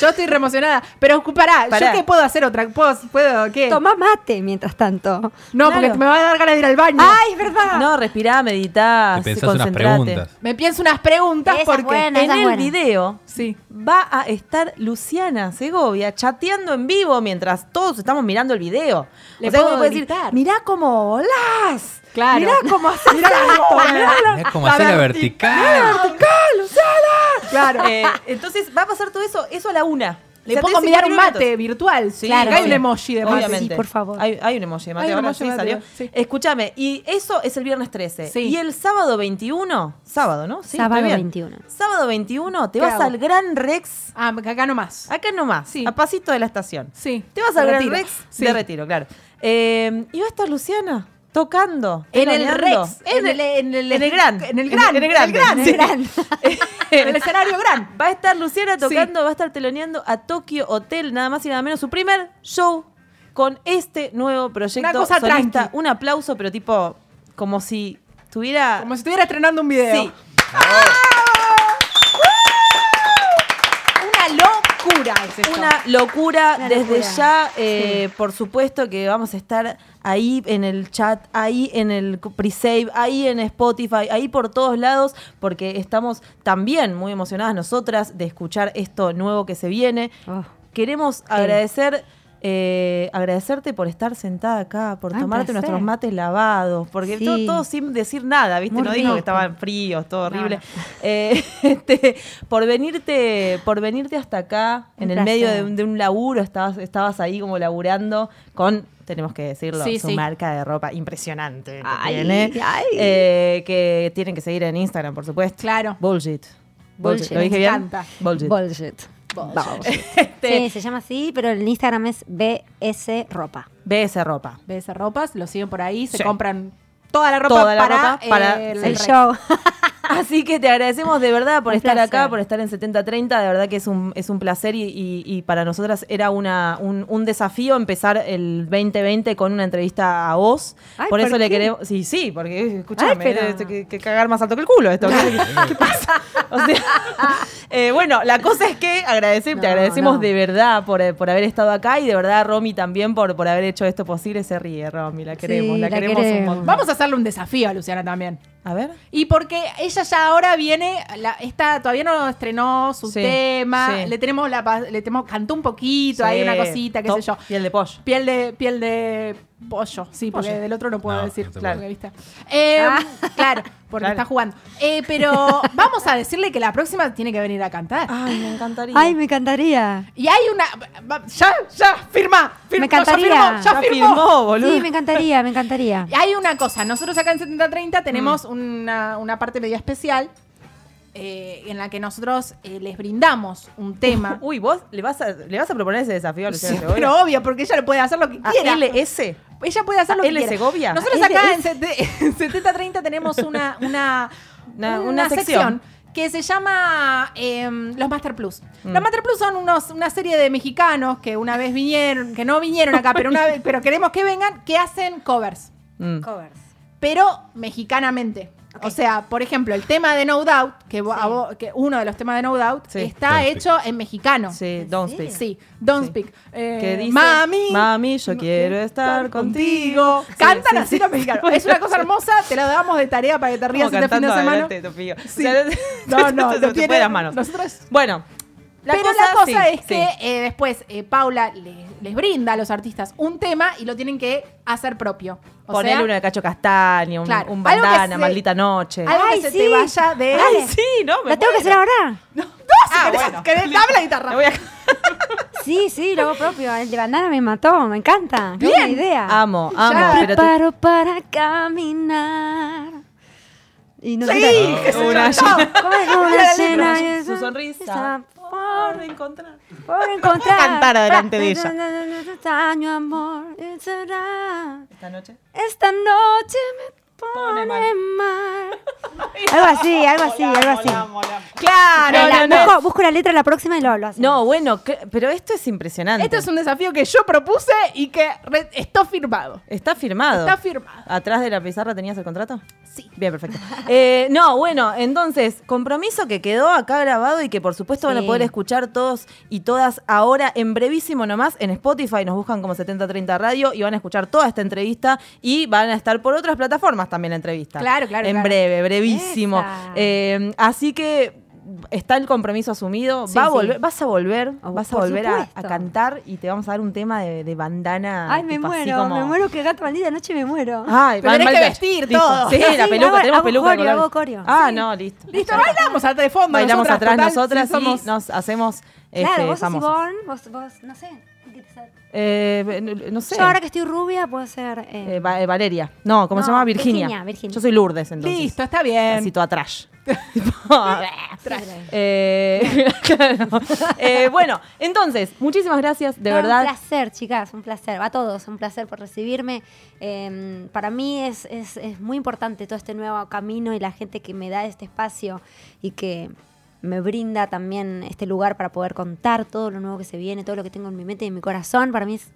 [SPEAKER 2] Yo estoy re emocionada. Pero escu- pará,
[SPEAKER 1] Pará.
[SPEAKER 2] ¿yo qué puedo hacer otra? ¿Puedo, puedo qué?
[SPEAKER 3] Tomá mate mientras tanto.
[SPEAKER 2] No,
[SPEAKER 1] Claro.
[SPEAKER 2] porque me va a dar ganas de ir al baño.
[SPEAKER 3] ¡Ay, es verdad!
[SPEAKER 1] No, respirá, meditá,
[SPEAKER 4] Te pensás unas
[SPEAKER 1] concentrate.
[SPEAKER 4] preguntas.
[SPEAKER 2] Me pienso unas preguntas
[SPEAKER 3] Esa es
[SPEAKER 2] porque.
[SPEAKER 3] buena.
[SPEAKER 1] En
[SPEAKER 3] esa es
[SPEAKER 1] el
[SPEAKER 3] buena.
[SPEAKER 1] video
[SPEAKER 2] Sí.
[SPEAKER 1] va a estar Luciana Segovia chateando en vivo mientras todos estamos mirando el video.
[SPEAKER 2] Le
[SPEAKER 1] vos
[SPEAKER 2] puedo
[SPEAKER 1] podés
[SPEAKER 2] gritar.
[SPEAKER 1] mirá cómo volás.
[SPEAKER 2] Claro.
[SPEAKER 1] Mirá cómo haces esto. mirá la-
[SPEAKER 4] Es como hacer la vertical.
[SPEAKER 2] Claro.
[SPEAKER 1] Eh, entonces va a pasar todo eso, eso a la una. O
[SPEAKER 2] Le
[SPEAKER 1] sea,
[SPEAKER 2] pongo a
[SPEAKER 1] tenés
[SPEAKER 2] mirar un
[SPEAKER 1] 59
[SPEAKER 2] mate
[SPEAKER 1] minutos.
[SPEAKER 2] virtual.
[SPEAKER 1] Sí,
[SPEAKER 2] claro.
[SPEAKER 3] claro.
[SPEAKER 2] Hay un emoji de mate.
[SPEAKER 1] Obviamente.
[SPEAKER 3] Sí, por favor.
[SPEAKER 1] Hay, hay un emoji de mate,
[SPEAKER 2] Hay un
[SPEAKER 1] ahora
[SPEAKER 2] emoji
[SPEAKER 1] sí
[SPEAKER 2] de mate,
[SPEAKER 1] salió.
[SPEAKER 2] sí.
[SPEAKER 1] Escúchame, y eso es el viernes 13.
[SPEAKER 2] Sí.
[SPEAKER 1] Y el sábado 21, sábado, ¿no? Sí,
[SPEAKER 3] Sábado
[SPEAKER 1] estoy bien.
[SPEAKER 3] 21.
[SPEAKER 1] Sábado 21, te
[SPEAKER 2] ¿Qué
[SPEAKER 1] vas
[SPEAKER 2] hago?
[SPEAKER 1] al Gran Rex
[SPEAKER 2] Ah, acá nomás.
[SPEAKER 1] Acá nomás,
[SPEAKER 2] Sí.
[SPEAKER 1] a pasito de la estación.
[SPEAKER 2] Sí.
[SPEAKER 1] Te vas al Gran
[SPEAKER 2] Retiro.
[SPEAKER 1] Rex
[SPEAKER 2] Sí.
[SPEAKER 1] de retiro, claro. Eh, y va a estar Luciana tocando.
[SPEAKER 2] En el
[SPEAKER 1] teloneando.
[SPEAKER 2] Rex.
[SPEAKER 1] En el, en el, Gran.
[SPEAKER 2] En el Gran.
[SPEAKER 1] En el Gran.
[SPEAKER 2] En el Gran.
[SPEAKER 1] En
[SPEAKER 2] En el escenario Gran.
[SPEAKER 1] Va a estar Luciana tocando, va a estar teloneando a Tokyo Hotel, nada más y nada menos, su primer show con este nuevo proyecto.
[SPEAKER 2] Una cosa
[SPEAKER 1] solista.
[SPEAKER 2] tranqui.
[SPEAKER 1] Un aplauso, pero tipo, como si tuviera.
[SPEAKER 2] Como si estuviera estrenando un video.
[SPEAKER 1] Sí.
[SPEAKER 2] Una locura es esto.
[SPEAKER 1] Una locura
[SPEAKER 3] Una
[SPEAKER 1] desde
[SPEAKER 3] locura.
[SPEAKER 1] ya, eh, por supuesto que vamos a estar ahí en el chat, ahí en el pre-save, ahí en Spotify, ahí por todos lados, porque estamos también muy emocionadas nosotras de escuchar esto nuevo que se viene.
[SPEAKER 3] Oh.
[SPEAKER 1] Queremos agradecer... eh, agradecerte por estar sentada acá, por
[SPEAKER 3] Ah, un
[SPEAKER 1] tomarte
[SPEAKER 3] placer.
[SPEAKER 1] nuestros mates lavados, porque
[SPEAKER 3] Sí.
[SPEAKER 1] todo, todo sin decir nada, ¿viste?
[SPEAKER 3] Muy
[SPEAKER 1] no dijo
[SPEAKER 3] rico.
[SPEAKER 1] que estaban fríos, todo horrible.
[SPEAKER 2] No,
[SPEAKER 1] Eh, este, por venirte, por venirte hasta acá,
[SPEAKER 3] Un
[SPEAKER 1] en el
[SPEAKER 3] placer.
[SPEAKER 1] medio de un, de un laburo, estabas, estabas ahí como laburando con, tenemos que decirlo,
[SPEAKER 2] Sí,
[SPEAKER 1] su
[SPEAKER 2] sí.
[SPEAKER 1] marca de ropa impresionante que
[SPEAKER 3] Ay,
[SPEAKER 1] tiene,
[SPEAKER 3] ay.
[SPEAKER 1] eh, que tienen que seguir en Instagram, por supuesto.
[SPEAKER 2] Claro.
[SPEAKER 1] Bullshit.
[SPEAKER 3] Bullshit.
[SPEAKER 1] ¿Lo dije
[SPEAKER 2] Me
[SPEAKER 1] bien?
[SPEAKER 2] encanta. Este,
[SPEAKER 1] Bullshit.
[SPEAKER 3] Bullshit. Bullshit. Sí, se llama así, pero el Instagram es BS Ropa.
[SPEAKER 1] Ve esa ropa.
[SPEAKER 2] BS Ropas, lo siguen por ahí, se
[SPEAKER 1] Sí.
[SPEAKER 2] compran toda la ropa
[SPEAKER 1] Toda la
[SPEAKER 2] para,
[SPEAKER 1] ropa para
[SPEAKER 2] el,
[SPEAKER 1] el
[SPEAKER 3] El
[SPEAKER 2] Rex.
[SPEAKER 3] show.
[SPEAKER 1] Así que te agradecemos de verdad por
[SPEAKER 3] Un
[SPEAKER 1] estar
[SPEAKER 3] placer.
[SPEAKER 1] acá, por estar en 7030. De verdad que es un, es un placer y, y- y para nosotras era una, un, un desafío empezar el 2020 con una entrevista a vos.
[SPEAKER 3] Ay,
[SPEAKER 1] por eso
[SPEAKER 3] ¿por
[SPEAKER 1] le
[SPEAKER 3] qué?
[SPEAKER 1] queremos. Sí, sí, porque escúchame,
[SPEAKER 3] Ay, pero-
[SPEAKER 1] eh, que, que cagar más alto que el culo esto. ¿Qué, qué pasa? O sea, eh, bueno, la cosa es que agradecer, te
[SPEAKER 3] No,
[SPEAKER 1] agradecemos
[SPEAKER 3] no.
[SPEAKER 1] de verdad por, eh, por haber estado acá y de verdad Romy también por, por haber hecho esto posible. Se ríe, Romy, la queremos,
[SPEAKER 3] Sí,
[SPEAKER 1] la,
[SPEAKER 3] la
[SPEAKER 1] queremos, un
[SPEAKER 3] queremos.
[SPEAKER 1] montón.
[SPEAKER 2] Vamos a hacerle un desafío a Luciana también.
[SPEAKER 1] A ver.
[SPEAKER 2] Y porque ella ya ahora viene, la, está, todavía no estrenó su
[SPEAKER 1] Sí,
[SPEAKER 2] tema,
[SPEAKER 1] sí.
[SPEAKER 2] le tenemos la pa- le tenemos, cantó un poquito,
[SPEAKER 1] Sí,
[SPEAKER 2] hay una cosita, qué
[SPEAKER 1] top,
[SPEAKER 2] sé yo.
[SPEAKER 1] Piel de pollo.
[SPEAKER 2] Piel de, piel de pollo, sí, porque del otro no puedo
[SPEAKER 4] No,
[SPEAKER 2] decir.
[SPEAKER 4] no te
[SPEAKER 2] claro,
[SPEAKER 4] puedo.
[SPEAKER 2] ¿viste? Eh, claro, porque
[SPEAKER 1] Claro.
[SPEAKER 2] está jugando. Eh, pero vamos a decirle que la próxima tiene que venir a cantar.
[SPEAKER 1] Ay, me encantaría.
[SPEAKER 3] Ay, me encantaría.
[SPEAKER 2] Y hay una. va- Ya, ya, firma. firma
[SPEAKER 3] Me
[SPEAKER 2] ya
[SPEAKER 3] encantaría.
[SPEAKER 2] firmó, Ya
[SPEAKER 1] Ya
[SPEAKER 2] firmó,
[SPEAKER 1] firmó, boludo.
[SPEAKER 3] Sí, me encantaría, me encantaría.
[SPEAKER 2] Y Hay una cosa. Nosotros acá en 7030 tenemos
[SPEAKER 1] Mm.
[SPEAKER 2] una, una parte media especial eh, en la que nosotros eh, les brindamos un tema.
[SPEAKER 1] Uy, vos le vas a, le vas a proponer ese desafío a Luciana
[SPEAKER 2] Sí,
[SPEAKER 1] Segovia?
[SPEAKER 2] pero obvio, porque ella puede hacer lo que
[SPEAKER 1] ¿A
[SPEAKER 2] quiera.
[SPEAKER 1] LS?
[SPEAKER 2] Ella puede hacer lo
[SPEAKER 1] ¿A
[SPEAKER 2] que
[SPEAKER 1] L
[SPEAKER 2] quiera.
[SPEAKER 1] ah, Segovia?
[SPEAKER 2] Nosotros
[SPEAKER 1] ¿A
[SPEAKER 2] acá en 7030 tenemos una, una,
[SPEAKER 1] Una-
[SPEAKER 2] una,
[SPEAKER 1] una sección.
[SPEAKER 2] sección. que se llama em, los Master Plus.
[SPEAKER 1] Mm.
[SPEAKER 2] Los Master Plus son unos, una serie de mexicanos que una vez vinieron, que no vinieron acá, pero, una vez, pero queremos que vengan, que hacen covers,
[SPEAKER 1] Mm.
[SPEAKER 3] Covers.
[SPEAKER 2] pero mexicanamente. O sea, por ejemplo, el tema de No Doubt, que, vo- a vos- que uno de los temas de No Doubt,
[SPEAKER 1] Sí.
[SPEAKER 2] está
[SPEAKER 4] Perfecto.
[SPEAKER 2] hecho en mexicano. Sí,
[SPEAKER 1] Sí, don't speak.
[SPEAKER 2] Don't
[SPEAKER 1] Sí.
[SPEAKER 2] Speak. Eh,
[SPEAKER 1] Que dice,
[SPEAKER 2] mami,
[SPEAKER 1] mami, yo quiero estar contigo. Sí,
[SPEAKER 2] Cantan
[SPEAKER 1] sí,
[SPEAKER 2] así
[SPEAKER 1] sí,
[SPEAKER 2] los
[SPEAKER 1] sí.
[SPEAKER 2] mexicanos. Es una cosa hermosa, te la damos de tarea para que te
[SPEAKER 1] Como
[SPEAKER 2] rías este fin de
[SPEAKER 1] cantando
[SPEAKER 2] semana.
[SPEAKER 1] adelante, Topío. O
[SPEAKER 2] Sí.
[SPEAKER 1] sea,
[SPEAKER 2] No, no,
[SPEAKER 1] se
[SPEAKER 2] lo
[SPEAKER 1] te
[SPEAKER 2] tiene-
[SPEAKER 1] pueden las manos.
[SPEAKER 2] Nosotros
[SPEAKER 1] Bueno,
[SPEAKER 2] Pero la cosa
[SPEAKER 1] sí,
[SPEAKER 2] es
[SPEAKER 1] sí.
[SPEAKER 2] que eh, después eh, Paula le- les brinda a los artistas un tema y lo tienen que hacer propio. O
[SPEAKER 1] ponerle
[SPEAKER 2] sea,
[SPEAKER 1] una de cacho castaña, un,
[SPEAKER 2] Claro,
[SPEAKER 1] un
[SPEAKER 2] algo que
[SPEAKER 1] bandana,
[SPEAKER 2] se-
[SPEAKER 1] maldita noche.
[SPEAKER 2] algo que
[SPEAKER 3] Ay,
[SPEAKER 2] se
[SPEAKER 3] sí.
[SPEAKER 2] te vaya de...
[SPEAKER 3] Ay,
[SPEAKER 1] Ay, sí, no, me
[SPEAKER 3] ¿La tengo que
[SPEAKER 1] muero.
[SPEAKER 3] hacer ahora?
[SPEAKER 2] Si
[SPEAKER 1] Ah,
[SPEAKER 2] querés-
[SPEAKER 1] bueno.
[SPEAKER 2] querés- dame la guitarra.
[SPEAKER 1] La voy a-
[SPEAKER 3] Sí, sí, lo hago propio. El de bandana me mató, me encanta. Qué buena
[SPEAKER 2] Bien.
[SPEAKER 3] idea.
[SPEAKER 1] Amo, amo,
[SPEAKER 2] Ya.
[SPEAKER 1] pero te-
[SPEAKER 3] Preparo para caminar. Y no
[SPEAKER 2] Sí,
[SPEAKER 3] sé-
[SPEAKER 2] que se
[SPEAKER 1] Una-
[SPEAKER 2] cantó.
[SPEAKER 3] ¿Cómo es? Una
[SPEAKER 2] Mira la
[SPEAKER 3] llena
[SPEAKER 1] letra.
[SPEAKER 3] y-
[SPEAKER 1] Su sonrisa. Ah,
[SPEAKER 3] por-
[SPEAKER 1] Por encontrar.
[SPEAKER 3] Por encontrar.
[SPEAKER 1] Cantar adelante de ella.
[SPEAKER 3] este Año, amor, y será.
[SPEAKER 1] Esta noche.
[SPEAKER 3] Esta noche me
[SPEAKER 1] Pone
[SPEAKER 3] pone
[SPEAKER 1] mal.
[SPEAKER 3] mal. Algo así, algo así, algo así.
[SPEAKER 1] Claro, no,
[SPEAKER 3] Hola,
[SPEAKER 1] no.
[SPEAKER 3] busco, busco la letra la próxima y lo hablo así.
[SPEAKER 1] No, bueno, que- pero esto es impresionante.
[SPEAKER 2] Este es un desafío que yo propuse y que re- está firmado.
[SPEAKER 1] Está firmado.
[SPEAKER 2] Está firmado.
[SPEAKER 1] ¿Atrás de la pizarra tenías el contrato?
[SPEAKER 2] Sí.
[SPEAKER 1] Bien, perfecto. Eh, no, bueno, entonces, compromiso que quedó acá grabado y que por supuesto van a
[SPEAKER 3] Sí.
[SPEAKER 1] poder escuchar todos y todas ahora, en brevísimo nomás, en Spotify. Nos buscan como 7030 Radio y van a escuchar toda esta entrevista y van a estar por otras plataformas también la entrevista.
[SPEAKER 2] Claro, claro,
[SPEAKER 1] En
[SPEAKER 2] claro.
[SPEAKER 1] breve, brevísimo.
[SPEAKER 3] Esa.
[SPEAKER 1] Eh, así que. Está el compromiso asumido.
[SPEAKER 2] Sí,
[SPEAKER 1] Va a
[SPEAKER 2] sí.
[SPEAKER 1] volver, vas a volver,
[SPEAKER 3] Oh,
[SPEAKER 1] vas a
[SPEAKER 3] por
[SPEAKER 1] volver a,
[SPEAKER 3] supuesto.
[SPEAKER 1] a cantar y te vamos a dar un tema de, de bandana.
[SPEAKER 3] Ay, me
[SPEAKER 1] tipo así
[SPEAKER 3] muero, me
[SPEAKER 1] como- Ah,
[SPEAKER 3] muero que gato maldita noche me muero.
[SPEAKER 1] Ay,
[SPEAKER 2] Pero
[SPEAKER 1] Van
[SPEAKER 2] tenés que
[SPEAKER 1] Malta.
[SPEAKER 2] vestir
[SPEAKER 1] Listo.
[SPEAKER 2] todo.
[SPEAKER 1] Sí, la
[SPEAKER 3] Sí,
[SPEAKER 1] peluca,
[SPEAKER 3] hago-
[SPEAKER 1] tenemos
[SPEAKER 3] hago
[SPEAKER 1] peluca.
[SPEAKER 3] coreo,
[SPEAKER 1] de colores.
[SPEAKER 3] hago coreo,
[SPEAKER 1] Ah,
[SPEAKER 3] sí.
[SPEAKER 1] no, listo.
[SPEAKER 2] Listo, bailamos atrás de fondo.
[SPEAKER 1] Bailamos
[SPEAKER 2] nosotras,
[SPEAKER 1] atrás
[SPEAKER 2] total,
[SPEAKER 1] nosotras
[SPEAKER 2] sí somos-
[SPEAKER 1] y nos hacemos
[SPEAKER 3] Claro,
[SPEAKER 1] este,
[SPEAKER 3] vos sos
[SPEAKER 1] famosas.
[SPEAKER 3] Ivonne, vos, vos, no sé. ¿qué te sale?
[SPEAKER 1] Eh, no- no sé.
[SPEAKER 3] Yo ahora que estoy rubia puedo ser... eh,
[SPEAKER 1] Eh, Va- eh, Valeria. No, ¿cómo se
[SPEAKER 3] No,
[SPEAKER 1] llama? Virginia.
[SPEAKER 3] Virginia, Virginia.
[SPEAKER 1] Yo soy Lourdes, entonces.
[SPEAKER 2] Listo, está bien.
[SPEAKER 1] Así toda trash. Eh, claro. Eh, bueno, entonces, muchísimas gracias, de
[SPEAKER 3] no,
[SPEAKER 1] verdad.
[SPEAKER 3] Un placer, chicas, un placer. A todos, un placer por recibirme. Eh, para mí es, es, es muy importante todo este nuevo camino y la gente que me da este espacio y que me brinda también este lugar para poder contar todo lo nuevo que se viene, todo lo que tengo en mi mente y en mi corazón. Para mí es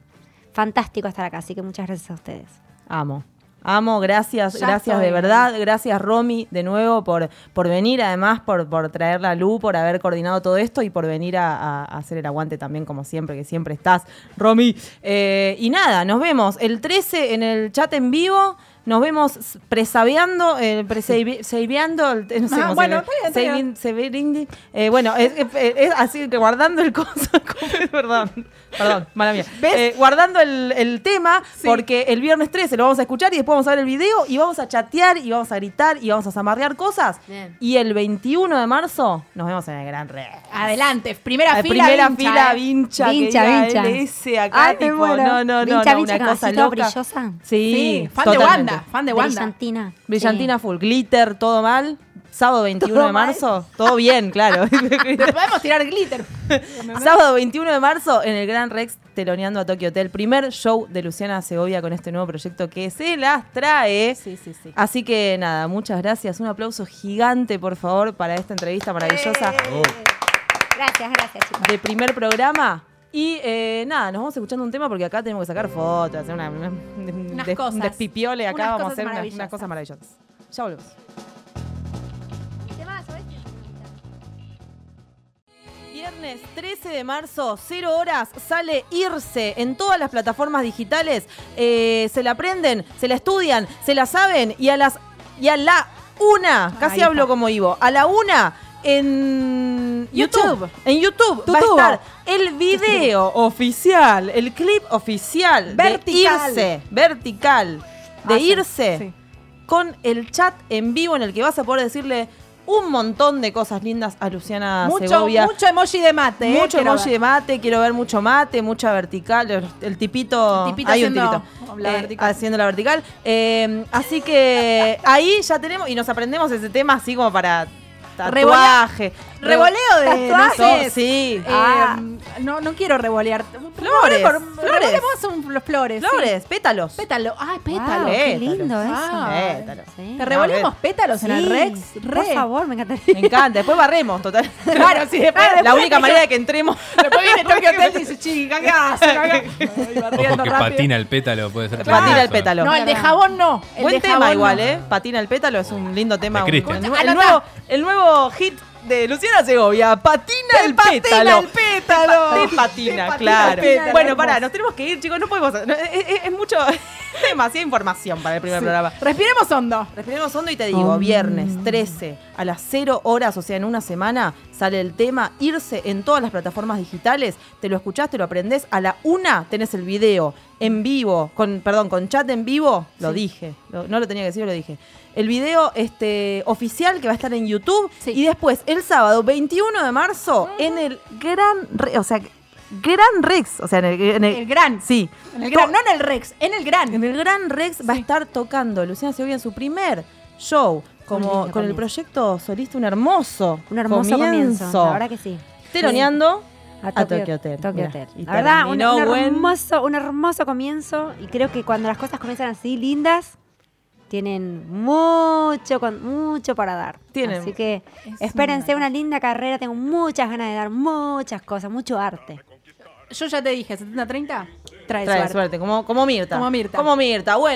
[SPEAKER 3] fantástico estar acá, así que muchas gracias a ustedes.
[SPEAKER 1] Amo. Amo, gracias,
[SPEAKER 2] Ya
[SPEAKER 1] gracias de
[SPEAKER 2] estoy.
[SPEAKER 1] verdad, gracias Romy de nuevo por, por venir, además por, por traer la luz, por haber coordinado todo esto y por venir a, a- a hacer el aguante también como siempre, que siempre estás, Romy. Eh, y nada, nos vemos el 13 en el chat en vivo, nos vemos presabeando, eh, presabeando, el- no sé
[SPEAKER 2] Ah,
[SPEAKER 1] cómo se
[SPEAKER 2] bueno,
[SPEAKER 1] llama.
[SPEAKER 2] está bien, está bien.
[SPEAKER 1] Saving- Severindi. Eh, bueno, es, es- es así que guardando el coso, como- perdón, perdón, mala mía.
[SPEAKER 2] ¿Ves?
[SPEAKER 1] Eh, guardando el, el tema,
[SPEAKER 2] Sí.
[SPEAKER 1] porque el viernes 13 lo vamos a escuchar y después vamos a ver el video y vamos a chatear y vamos a gritar y vamos a zamarrear cosas.
[SPEAKER 3] Bien.
[SPEAKER 1] Y el 21 de marzo nos vemos en el Gran Red.
[SPEAKER 2] Adelante, primera
[SPEAKER 1] La
[SPEAKER 2] fila.
[SPEAKER 1] primera
[SPEAKER 2] vincha,
[SPEAKER 1] fila,
[SPEAKER 2] eh. Ah,
[SPEAKER 1] vincha,
[SPEAKER 3] Vincha,
[SPEAKER 1] que diga
[SPEAKER 3] vincha.
[SPEAKER 1] LS acá,
[SPEAKER 3] Ay, me
[SPEAKER 1] tipo,
[SPEAKER 3] muero.
[SPEAKER 1] no, no, no,
[SPEAKER 3] Vincha,
[SPEAKER 1] no,
[SPEAKER 3] vincha,
[SPEAKER 1] una cosa
[SPEAKER 3] así toda
[SPEAKER 1] loca.
[SPEAKER 3] brillosa.
[SPEAKER 1] Sí,
[SPEAKER 2] Sí, fan de
[SPEAKER 1] totalmente.
[SPEAKER 2] Wanda, fan de Wanda.
[SPEAKER 3] Brillantina.
[SPEAKER 1] Brillantina full, glitter, todo mal. Sábado 21
[SPEAKER 3] Todo
[SPEAKER 1] de
[SPEAKER 3] mal.
[SPEAKER 1] marzo, todo bien, claro.
[SPEAKER 2] Te podemos tirar glitter.
[SPEAKER 1] Sábado 21 de marzo en el Gran Rex teloneando a Tokyo Hotel. Primer show de Luciana Segovia con este nuevo proyecto que se las trae.
[SPEAKER 2] Sí, sí, sí.
[SPEAKER 1] Así que nada, muchas gracias. Un aplauso gigante, por favor, para esta entrevista maravillosa
[SPEAKER 2] Eh.
[SPEAKER 4] Oh,
[SPEAKER 3] Gracias, gracias, chicos.
[SPEAKER 1] de primer programa. Y eh, nada, nos vamos escuchando un tema porque acá tenemos que sacar fotos, hacer una, una- un des- un
[SPEAKER 2] cosas.
[SPEAKER 1] despipiole. Acá
[SPEAKER 2] Unas
[SPEAKER 1] vamos a
[SPEAKER 2] cosas
[SPEAKER 1] hacer unas, unas
[SPEAKER 2] maravillosas.
[SPEAKER 1] cosas maravillosas. Ya volvemos. Viernes 13 de marzo, 0 horas, sale Irse en todas las plataformas digitales. Eh, se la aprenden, se la estudian, se la saben y a las y a la una, casi
[SPEAKER 2] Ahí
[SPEAKER 1] hablo
[SPEAKER 2] está.
[SPEAKER 1] como Ivo, a la una en
[SPEAKER 2] YouTube.
[SPEAKER 1] En YouTube
[SPEAKER 2] Tu
[SPEAKER 1] va
[SPEAKER 2] tubo.
[SPEAKER 1] a estar el video oficial, el clip oficial
[SPEAKER 2] Vertical.
[SPEAKER 1] de Irse, vertical, de
[SPEAKER 2] Ah, sí,
[SPEAKER 1] Irse
[SPEAKER 2] sí.
[SPEAKER 1] con el chat en vivo en el que vas a poder decirle un montón de cosas lindas a Luciana
[SPEAKER 2] Mucho,
[SPEAKER 1] Segovia.
[SPEAKER 2] mucho emoji de mate. eh,
[SPEAKER 1] Ah, mucho
[SPEAKER 2] quiero
[SPEAKER 1] emoji de
[SPEAKER 2] ver.
[SPEAKER 1] mate, quiero ver mucho mate, mucha vertical, el, el tipito,
[SPEAKER 2] El tipito
[SPEAKER 1] hay
[SPEAKER 2] haciendo
[SPEAKER 1] un tipito
[SPEAKER 2] la
[SPEAKER 1] eh,
[SPEAKER 2] vertical.
[SPEAKER 1] haciendo la vertical. Eh, así que ahí ya tenemos y nos aprendemos ese tema así como para tatuaje.
[SPEAKER 2] Revoleo de no sé,
[SPEAKER 1] Tatuajes.
[SPEAKER 2] eh,
[SPEAKER 1] Sí.
[SPEAKER 3] Ah.
[SPEAKER 2] no, no quiero revolear.
[SPEAKER 1] Flores, flores.
[SPEAKER 2] Revolemos un- los flores. sí.
[SPEAKER 1] Flores, pétalos.
[SPEAKER 2] Pétalo. Ay,
[SPEAKER 3] Pétalo,
[SPEAKER 2] pétalo.
[SPEAKER 3] qué
[SPEAKER 1] Pétalo.
[SPEAKER 3] lindo eso.
[SPEAKER 2] Ah,
[SPEAKER 1] Pétalo.
[SPEAKER 3] Sí.
[SPEAKER 2] ¿Te revolvemos
[SPEAKER 1] Ah,
[SPEAKER 2] pétalos en el
[SPEAKER 3] Sí,
[SPEAKER 2] Rex?
[SPEAKER 3] Por
[SPEAKER 2] Re.
[SPEAKER 3] favor, me encantaría.
[SPEAKER 1] Me encanta. Después barremos, total.
[SPEAKER 2] Claro, sí, después-
[SPEAKER 1] La
[SPEAKER 2] después-
[SPEAKER 1] única manera de que entremos.
[SPEAKER 2] Después viene Tokyo Hotel y dice, chiqui, cagás, cagás. Ay, va
[SPEAKER 4] Ojo
[SPEAKER 2] riendo
[SPEAKER 4] que
[SPEAKER 2] rápido.
[SPEAKER 4] patina el pétalo, puede ser.
[SPEAKER 1] Patina
[SPEAKER 4] peligroso.
[SPEAKER 1] el pétalo.
[SPEAKER 2] No, el de jabón no. El
[SPEAKER 1] Buen
[SPEAKER 2] de
[SPEAKER 1] tema
[SPEAKER 2] jabón
[SPEAKER 1] igual,
[SPEAKER 2] no.
[SPEAKER 1] ¿eh? Patina el pétalo es un lindo tema.
[SPEAKER 4] De
[SPEAKER 1] un-
[SPEAKER 4] Cristian.
[SPEAKER 1] el, nuevo- el
[SPEAKER 2] Anotá.
[SPEAKER 1] nuevo, el nuevo hit de Luciana Segovia. Patina el,
[SPEAKER 2] patina
[SPEAKER 1] pétalo.
[SPEAKER 2] el pétalo.
[SPEAKER 1] Te
[SPEAKER 2] Te
[SPEAKER 1] patina,
[SPEAKER 2] patina
[SPEAKER 1] claro.
[SPEAKER 2] el pétalo,
[SPEAKER 1] bueno,
[SPEAKER 2] hermoso.
[SPEAKER 1] pará, nos tenemos que ir, chicos. No podemos. no, es, es- es mucho. demasiada información para el primer
[SPEAKER 2] Sí.
[SPEAKER 1] programa.
[SPEAKER 2] Respiremos hondo.
[SPEAKER 1] Respiremos hondo y te digo,
[SPEAKER 2] Oh,
[SPEAKER 1] viernes 13 a las 0 horas, o sea, en una semana, sale el tema Irse en todas las plataformas digitales. Te lo escuchás, te lo aprendés. A la una tenés el video en vivo, con, perdón, con chat en vivo. Lo dije, lo- no lo tenía que decir, lo dije. El video este, oficial que va a estar en YouTube.
[SPEAKER 2] Sí.
[SPEAKER 1] Y después, el sábado 21 de marzo, en el Gran Re- o sea, Gran Rex, o sea, en el, en el-
[SPEAKER 2] El gran.
[SPEAKER 1] Sí.
[SPEAKER 2] En el
[SPEAKER 1] To-
[SPEAKER 2] gran, no en el Rex, en el
[SPEAKER 1] en
[SPEAKER 2] gran.
[SPEAKER 1] el Gran Rex va a estar tocando Luciana Segovia en su primer show. Como
[SPEAKER 3] lindo
[SPEAKER 1] con el
[SPEAKER 3] comienzo.
[SPEAKER 1] proyecto solista, un hermoso
[SPEAKER 3] Un hermoso comienzo. La verdad que sí.
[SPEAKER 1] Teloneando
[SPEAKER 3] A
[SPEAKER 1] a
[SPEAKER 3] Tokio,
[SPEAKER 1] Tokyo Hotel.
[SPEAKER 3] Tokio
[SPEAKER 1] Mirá,
[SPEAKER 3] Hotel.
[SPEAKER 1] y
[SPEAKER 3] La verdad, un,
[SPEAKER 1] terminó
[SPEAKER 3] un
[SPEAKER 1] buen-
[SPEAKER 3] hermoso, un hermoso comienzo. Y creo que cuando las cosas comienzan así, lindas, tienen mucho, con, mucho para dar.
[SPEAKER 1] Tienen.
[SPEAKER 3] Así que
[SPEAKER 2] Es
[SPEAKER 3] espérense una linda carrera. Tengo muchas ganas de dar muchas cosas, mucho arte.
[SPEAKER 2] Yo ya te dije, 70-30, trae,
[SPEAKER 1] Trae
[SPEAKER 2] suerte.
[SPEAKER 1] suerte, como, como Mirta.
[SPEAKER 2] Como Mirta.
[SPEAKER 1] Como Mirta, bueno.